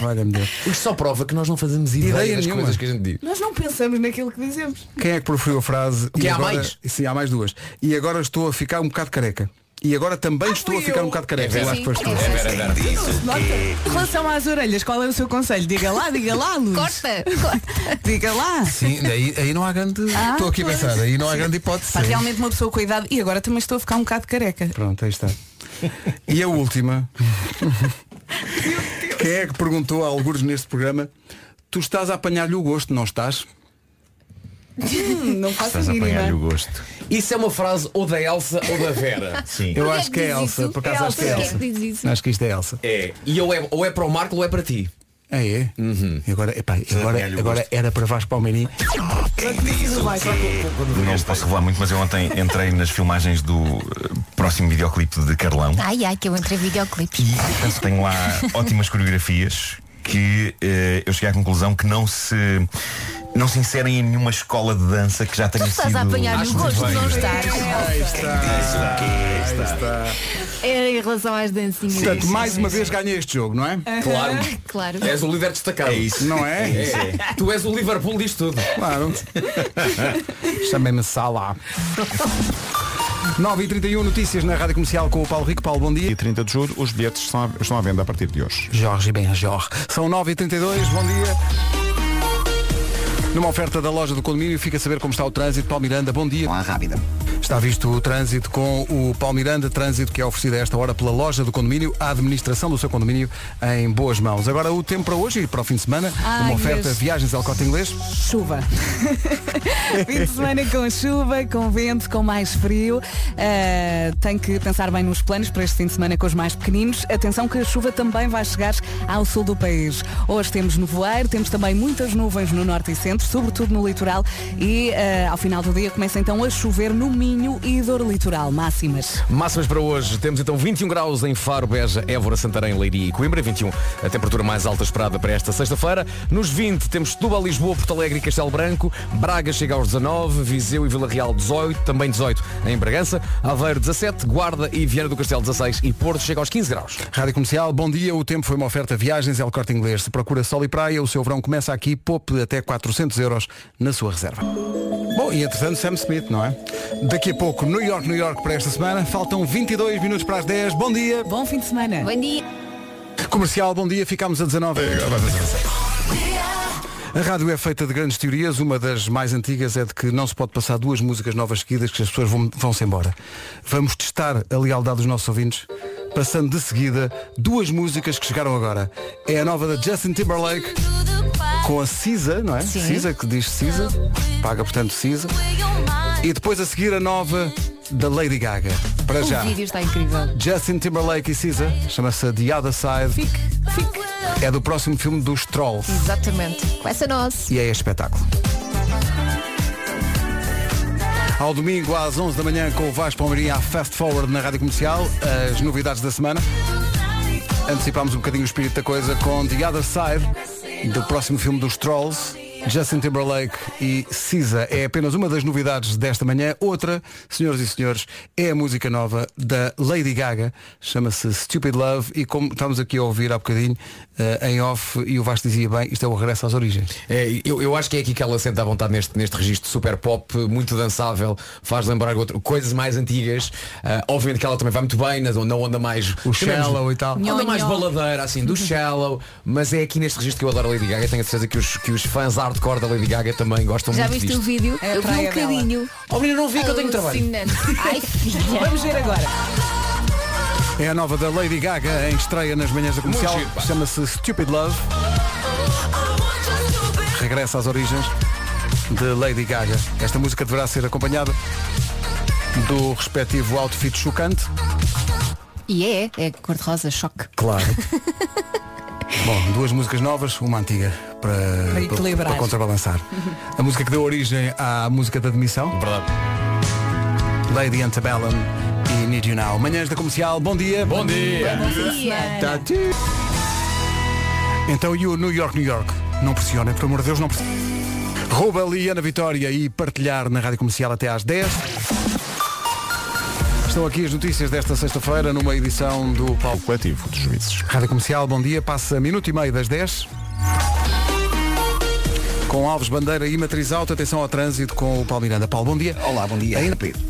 S1: (laughs) Valha-me Deus.
S7: Isto só prova que nós não fazemos ideia,
S1: Ideia
S7: das
S1: nenhuma.
S7: coisas que a gente diz.
S3: Nós não pensamos naquilo que dizemos.
S1: Quem é que proferiu a frase?
S7: Que
S1: e
S7: há
S1: agora...
S7: mais?
S1: Sim, há mais duas. E agora estou a ficar um bocado careca. E agora também estou a ficar um bocado careca.
S7: É
S1: Eu acho que foste tu. é
S3: Nota. Em relação às orelhas, qual é o seu conselho? Diga lá, diga lá, Luz.
S5: Corta,
S3: corta. Diga lá.
S1: Sim, daí, aí não há grande.
S3: Ah,
S1: Estou aqui a
S3: pois.
S1: pensar, aí não há grande hipótese.
S3: Pá, realmente uma pessoa com idade. E agora também estou a ficar um bocado careca.
S1: Pronto, aí está. E a última. Quem é que perguntou a algures neste programa? Tu estás a apanhar-lhe o gosto, não estás?
S3: Hum, não faço a
S9: Estás a apanhar-lhe o
S3: mínima.
S9: gosto.
S7: Isso é uma frase ou da Elsa ou
S1: (laughs)
S7: da Vera.
S9: Sim.
S1: Eu acho que é Elsa, por acaso acho que é Elsa. Acho que isto é Elsa.
S7: É. E ou é, ou é para o Marco ou é para ti.
S1: Ah, é? E agora, epá, agora, agora era para Vasco Palmeirinho.
S9: Não posso revelar muito, mas eu ontem entrei nas filmagens do eh, próximo videoclipe de Carlão.
S5: Ai, ai, que eu entrei em videoclipes.
S9: E portanto, tenho lá ótimas coreografias que eh, eu cheguei à conclusão que não se não se inserem em nenhuma escola de dança que já tenha
S5: Tu estás
S9: sido
S5: a apanhar o
S9: Acho muito
S5: gosto,
S9: bem.
S5: não estás.
S1: Aí está. Aí está.
S5: Era É, em relação às dancinhas.
S1: Portanto, mais uma vez ganhei este jogo, não é?
S7: Claro.
S5: Claro.
S7: És o líder destacado. É isso.
S1: Não é?
S7: Tu és o Liverpool disto tudo.
S1: (laughs) Claro. Chamei-me Sala. 9h31 notícias na Rádio Comercial com o Paulo Rico. Paulo, bom dia.
S2: E 30 de julho, os bilhetes estão à- estão à venda a partir de hoje.
S1: Jorge e bem Jorge. São 9h32, bom dia. Numa oferta da loja do condomínio, fica a saber como está o trânsito. Paulo Miranda, bom dia.
S4: Olá, rápida.
S1: Está visto o trânsito com o Paulo Miranda, trânsito que é oferecido a esta hora pela loja do condomínio, a administração do seu condomínio em boas mãos. Agora o tempo para hoje e para o fim de semana,
S3: Ai,
S1: uma oferta
S3: Deus.
S1: viagens ao Corte Inglês.
S3: Chuva. (laughs) Fim de semana com chuva, com vento, com mais frio. Ah, tem que pensar bem nos planos para este fim de semana com os mais pequeninos. Atenção que a chuva também vai chegar ao sul do país. Hoje temos nevoeiro, temos também muitas eh, nuvens no norte e centro, sobretudo no litoral. E ah, ao final do dia começa então a chover no Minho. Minho e dor litoral máximas.
S7: Máximas para hoje. Temos então 21 graus em Faro, Beja, Évora, Santarém, Leiria e Coimbra. 21 a temperatura mais alta esperada para esta sexta-feira. Nos 20 temos Setúbal, Lisboa, Porto Alegre e Castelo Branco. Braga chega aos 19, Viseu e Vila Real 18, também 18 em Bragança. Aveiro 17, Guarda e Viana do Castelo 16 e Porto chega aos 15 graus.
S1: Rádio Comercial, bom dia. O tempo foi uma oferta viagens El Corte Inglês. Se procura sol e praia, o seu verão começa aqui. Poupe até 400 euros na sua reserva. Bom, e entretanto Sam Smith, não é? Daqui a pouco, New York, New York para esta semana. Faltam 22 minutos para as 10. Bom dia.
S3: Bom fim de semana.
S5: Bom dia.
S1: Comercial, bom dia. Ficámos a 19. A rádio é feita de grandes teorias. Uma das mais antigas é de que não se pode passar duas músicas novas seguidas que as pessoas vão- vão-se embora. Vamos testar a lealdade dos nossos ouvintes, passando de seguida duas músicas que chegaram agora. É a nova da Justin Timberlake com a Cisa, não é?
S12: Sim.
S1: Cisa, que diz Cisa, paga portanto Cisa. E depois a seguir a nova da Lady Gaga. Para já.
S5: O vídeo está incrível.
S1: Justin Timberlake e Cisa, chama-se The Other Side. É do próximo filme dos Trolls.
S5: Exatamente. Começa nós.
S1: E é espetáculo. Ao domingo às 11 da manhã com o Vasco Palmeirinha à Fast Forward na Rádio Comercial, as novidades da semana. Antecipámos um bocadinho o espírito da coisa com The Other Side, do próximo filme dos Trolls. Justin Timberlake e Cisa é apenas uma das novidades desta manhã. Outra, senhoras e senhores, é a música nova da Lady Gaga. Chama-se Stupid Love e como estávamos aqui a ouvir há bocadinho eh, em off e o Vasco dizia bem, isto é o regresso às origens.
S7: É, eu, eu acho que é aqui que ela sente à vontade neste, neste registro super pop, muito dançável, faz lembrar outro- coisas mais antigas. Ah, obviamente que ela também vai muito bem na, na onda mais. O
S1: shallow e tal.
S7: Onda
S1: Nhon,
S7: mais
S1: nhon.
S7: baladeira,
S5: (laughs)
S7: assim, do shallow. Mas é aqui neste registro que eu adoro a Lady Gaga. Tenho a certeza que os, que os fãs hardcore da Lady Gaga também gostam
S5: Já
S7: muito
S5: viste
S7: disto.
S5: o vídeo?
S3: É a
S5: eu vi um
S3: praia dela.
S5: bocadinho.
S7: Oh, menina, não vi que eu tenho trabalho. (laughs)
S5: Alucinante. Ai, filha.
S3: Vamos ver agora.
S1: É a nova da Lady Gaga em estreia nas manhãs da comercial.
S7: Muito giro, pá.
S1: Chama-se Stupid Love. Regressa às origens de Lady Gaga. Esta música deverá ser acompanhada do respectivo outfit chocante.
S5: E é, é cor-de-rosa, choque.
S1: Claro. Bom, duas músicas novas, uma antiga para,
S5: Para
S1: para,
S5: equilibrar.
S1: para contrabalançar. A música que deu origem à música da demissão.
S7: Verdade.
S1: Lady Antebellum e Need You Now. Manhãs da comercial, bom dia.
S7: Bom dia.
S12: Bom dia.
S1: Tá tudo. Então e o New York, New York? Não pressionem, por amor de Deus, não pressionem. Rouba ali Ana Vitória e partilhar na Rádio Comercial até às 10. Estão aqui as notícias desta sexta-feira numa edição do Palco
S2: Coletivo dos Juízes.
S1: Rádio Comercial, bom dia. Passa minuto e meio das 10. Com Alves Bandeira e Matriz Alto, atenção ao trânsito com o Paulo Miranda. Paulo, bom dia. Olá, bom dia. Ainda Pedro.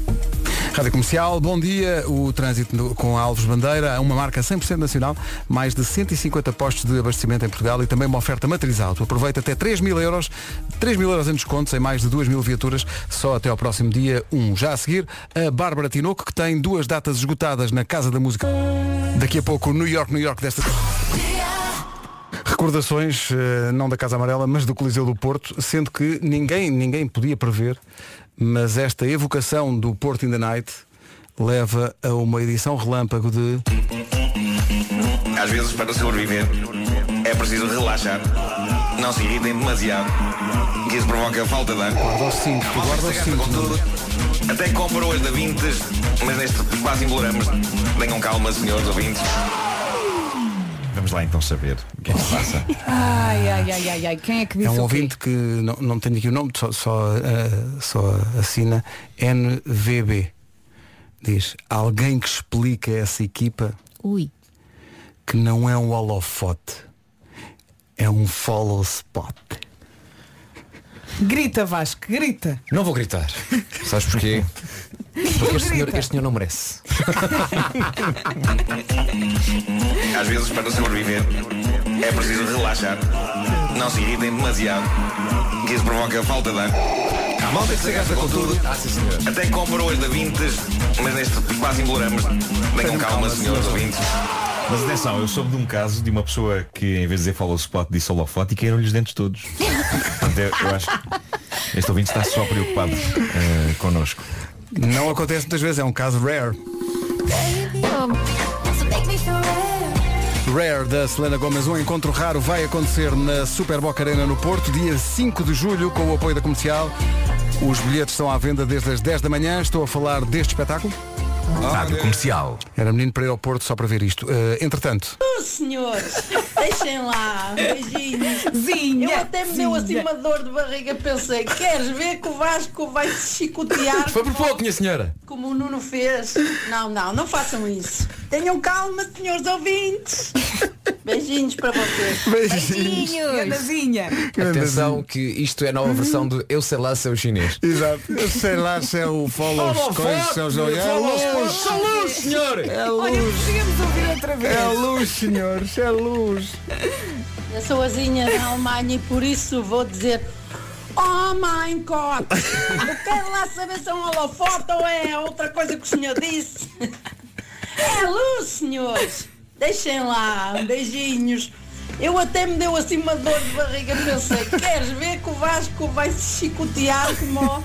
S1: Rádio Comercial, bom dia. O trânsito no- com Alves Bandeira é uma marca 100% nacional, mais de 150 postos de abastecimento em Portugal e também uma oferta matriz alto. Aproveita até 3 mil euros, 3 mil euros em descontos em mais de 2 mil viaturas, só até ao próximo dia 1. Já a seguir, a Bárbara Tinoco, que tem duas datas esgotadas na Casa da Música. Daqui a pouco, New York, New York desta... Recordações, eh, não da Casa Amarela, mas do Coliseu do Porto, sendo que ninguém, ninguém podia prever, mas esta evocação do Porto in the Night leva a uma edição relâmpago de...
S12: Às vezes, para sobreviver, é preciso relaxar. Não se irritem demasiado, que isso provoca falta de ar.
S1: Guarda o cinto, guarda o cinto.
S9: é?
S1: é?
S12: Com tudo. Até compro hoje da Vintes, mas neste quase embolamos. Tenham calma, senhores ouvintes.
S9: Vamos lá então saber o que é que se passa.
S3: Ai, ai, ai, ai, ai. Quem é que disse
S1: É um
S3: o quê?
S1: ouvinte que não, não tenho aqui o nome, só, só, eh, só assina NVB. Diz, alguém que explica a essa equipa
S5: Ui.
S1: que não é um holofote, é um follow spot.
S3: Grita, Vasco, grita.
S7: Não
S5: (laughs)
S7: vou gritar. Sabes porquê? Porque este senhor, este senhor não merece.
S12: Às vezes, para sobreviver, é preciso relaxar. Não se irritem demasiado, que isso provoca falta de ar. A malta que se gasta com tudo.
S9: Ah,
S12: Até compro hoje da Vintes, mas neste quase embolamos. Tenham calma, senhores ouvintes.
S9: Mas atenção, eu soube de um caso de uma pessoa que em vez de dizer follow spot disse holofote e caíram-lhe os dentes todos. Portanto, eu, eu acho que este ouvinte está só preocupado eh, connosco.
S1: Não acontece muitas vezes, é um caso rare. Rare da Selena Gomes, um encontro raro vai acontecer na Super Boca Arena no Porto, dia 5 de julho, com o apoio da comercial. Os bilhetes estão à venda desde as 10 da manhã. Estou a falar deste espetáculo.
S12: Rádio Comercial.
S1: Era menino para ir ao Porto só para ver isto. Eh, entretanto,
S19: Oh, senhores, deixem lá, beijinhos.
S3: Zinha,
S19: Eu até me deu assim
S3: zinha.
S19: uma dor de barriga, pensei, queres ver que o Vasco vai se chicotear
S7: Foi por pouco, minha senhora.
S19: como o Nuno fez? Não, não, não façam isso. Tenham calma, senhores ouvintes. Beijinhos para vocês.
S1: Beijinhos.
S3: Ganazinha.
S7: Atenção que isto é a nova versão de Eu sei lá se é o chinês.
S1: Exato. Eu sei lá se é o follow
S7: Follow
S1: coisas,
S7: fuck,
S1: se é o jogo. É
S7: follow
S1: luz.
S7: fuck. Só luz, senhor.
S1: É
S19: Olha,
S1: luz.
S19: podíamos ouvir outra
S1: É luz, senhores, é luz.
S19: Eu sou azinha da Alemanha e por isso vou dizer Oh my God! Eu quero lá saber se é um holofote ou é outra coisa que o senhor disse. É luz, senhores! Deixem lá, beijinhos. Eu até me deu assim uma dor de barriga, pensei, queres ver que o Vasco vai se chicotear como, o-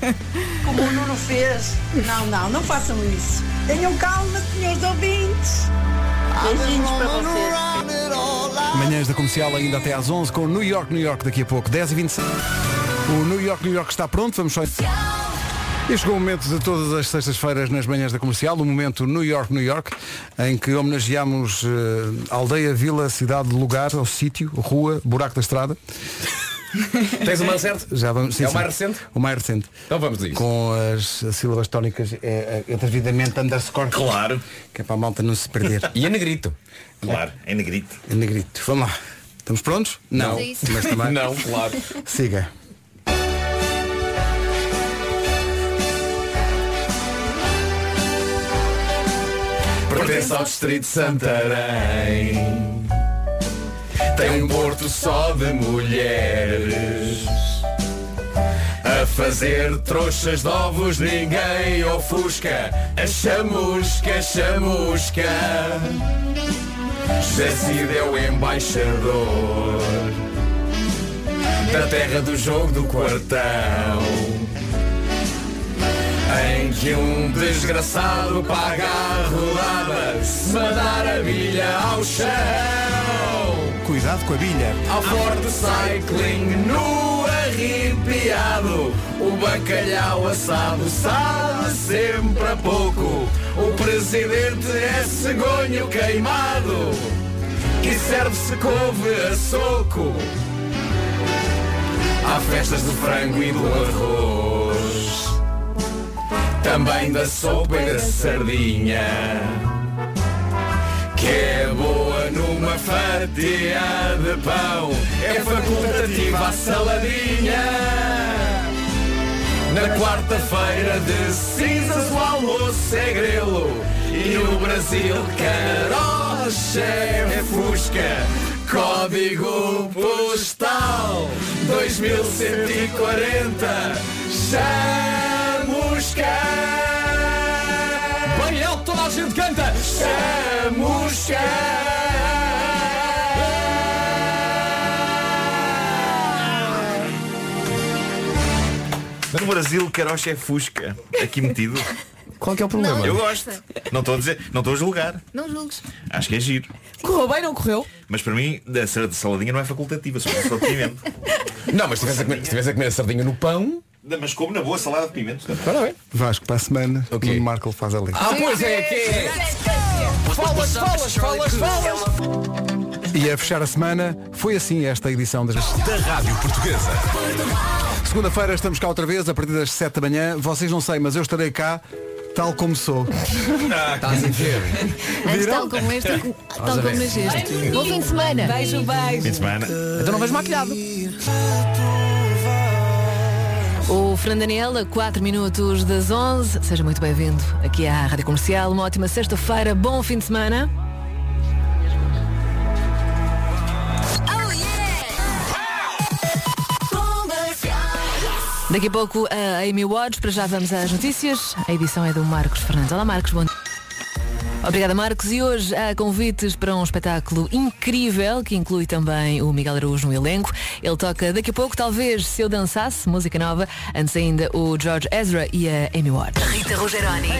S19: como o Nuno fez? Não, não, não façam isso. Tenham calma, senhores ouvintes. Beijinhos para vocês.
S1: Manhãs da comercial ainda até às 11 com New York, New York daqui a pouco, 10h25. O New York, New York está pronto, vamos só. E chegou o momento de todas as sextas-feiras nas manhãs da comercial, o momento New York, New York, em que homenageamos eh, aldeia, vila, cidade, lugar, ou sítio, rua, buraco da estrada.
S7: Tens uma certa?
S12: (laughs)
S1: Já vamos,
S7: É o mais recente?
S1: O mais recente.
S7: Então vamos a isso.
S1: Com as, as sílabas tónicas é, é, é devidamente underscore.
S9: Claro.
S1: Que é para a malta não se perder.
S7: e é negrito.
S9: Claro, é negrito.
S1: É negrito. Vamos lá. Estamos prontos?
S9: Não.
S1: Não.
S9: Mas é isso.
S1: Mas também...
S9: Não, claro.
S1: Siga.
S12: Pertence ao distrito de Santarém Tem um porto só de mulheres A fazer trouxas de ovos ninguém ofusca A chamusca, chamusca José Cid é o embaixador Da terra do jogo do quartão em que um desgraçado paga a rodada Se mandar a bilha ao chão
S1: Cuidado com a bilha.
S12: Ao forte cycling nu arrepiado O bacalhau assado sabe sempre a pouco O presidente é cegonho queimado E serve-se couve a soco Há festas do frango e do arroz também da sopa e da sardinha Que é boa numa fatia de pão É facultativa a saladinha Na quarta-feira de cinzas o almoço é grelo E no Brasil carocha é fusca Código postal 2140 Chamusca Bem alto toda a gente canta Chamusca
S9: No Brasil, carocha é fusca. Aqui metido.
S3: Qual que é o
S9: Não, eu gosto. Não estou a dizer, não estou a julgar.
S3: Não julgues.
S9: Acho que é giro.
S3: Correu bem, não correu?
S9: Mas para mim, a cera de saladinha não é facultativa, só é só de pimento.
S7: Não, mas se tivesse a comer, se tivesse a comer a sardinha no pão.
S9: Mas como na boa salada de pimento.
S7: Parabéns.
S1: Vasco, para a semana, o Nuno Marco faz a lista.
S7: Ah, pois é, que é. Falas, falas, falas, falas.
S1: E a fechar a semana, foi assim esta edição das...
S12: Da Rádio Portuguesa
S1: Segunda-feira estamos cá outra vez, a partir das 7 da manhã. Vocês não sei, mas eu estarei cá, tal como sou.
S7: Estás Tá a ver?
S5: Antes, tal como
S9: (laughs)
S5: este,
S1: a
S5: tal como
S1: ver.
S5: nas este. Bom fim de semana.
S3: Beijo, beijo.
S9: Fim de semana.
S7: Então não vais maquilhado.
S5: O Frandanela, 4 minutos das 11. Seja muito bem-vindo aqui à Rádio Comercial. Uma ótima sexta-feira, bom fim de semana. Daqui a pouco a Amy Watts, para já vamos às notícias. A edição é do Marcos Fernandes. Olá Marcos, bom dia. Obrigada Marcos e hoje há convites para um espetáculo incrível que inclui também o Miguel Araújo no elenco. Ele toca daqui a pouco, talvez, se eu dançasse, música nova, antes ainda o George Ezra e a Amy Watts.
S20: Rita Rogeroni.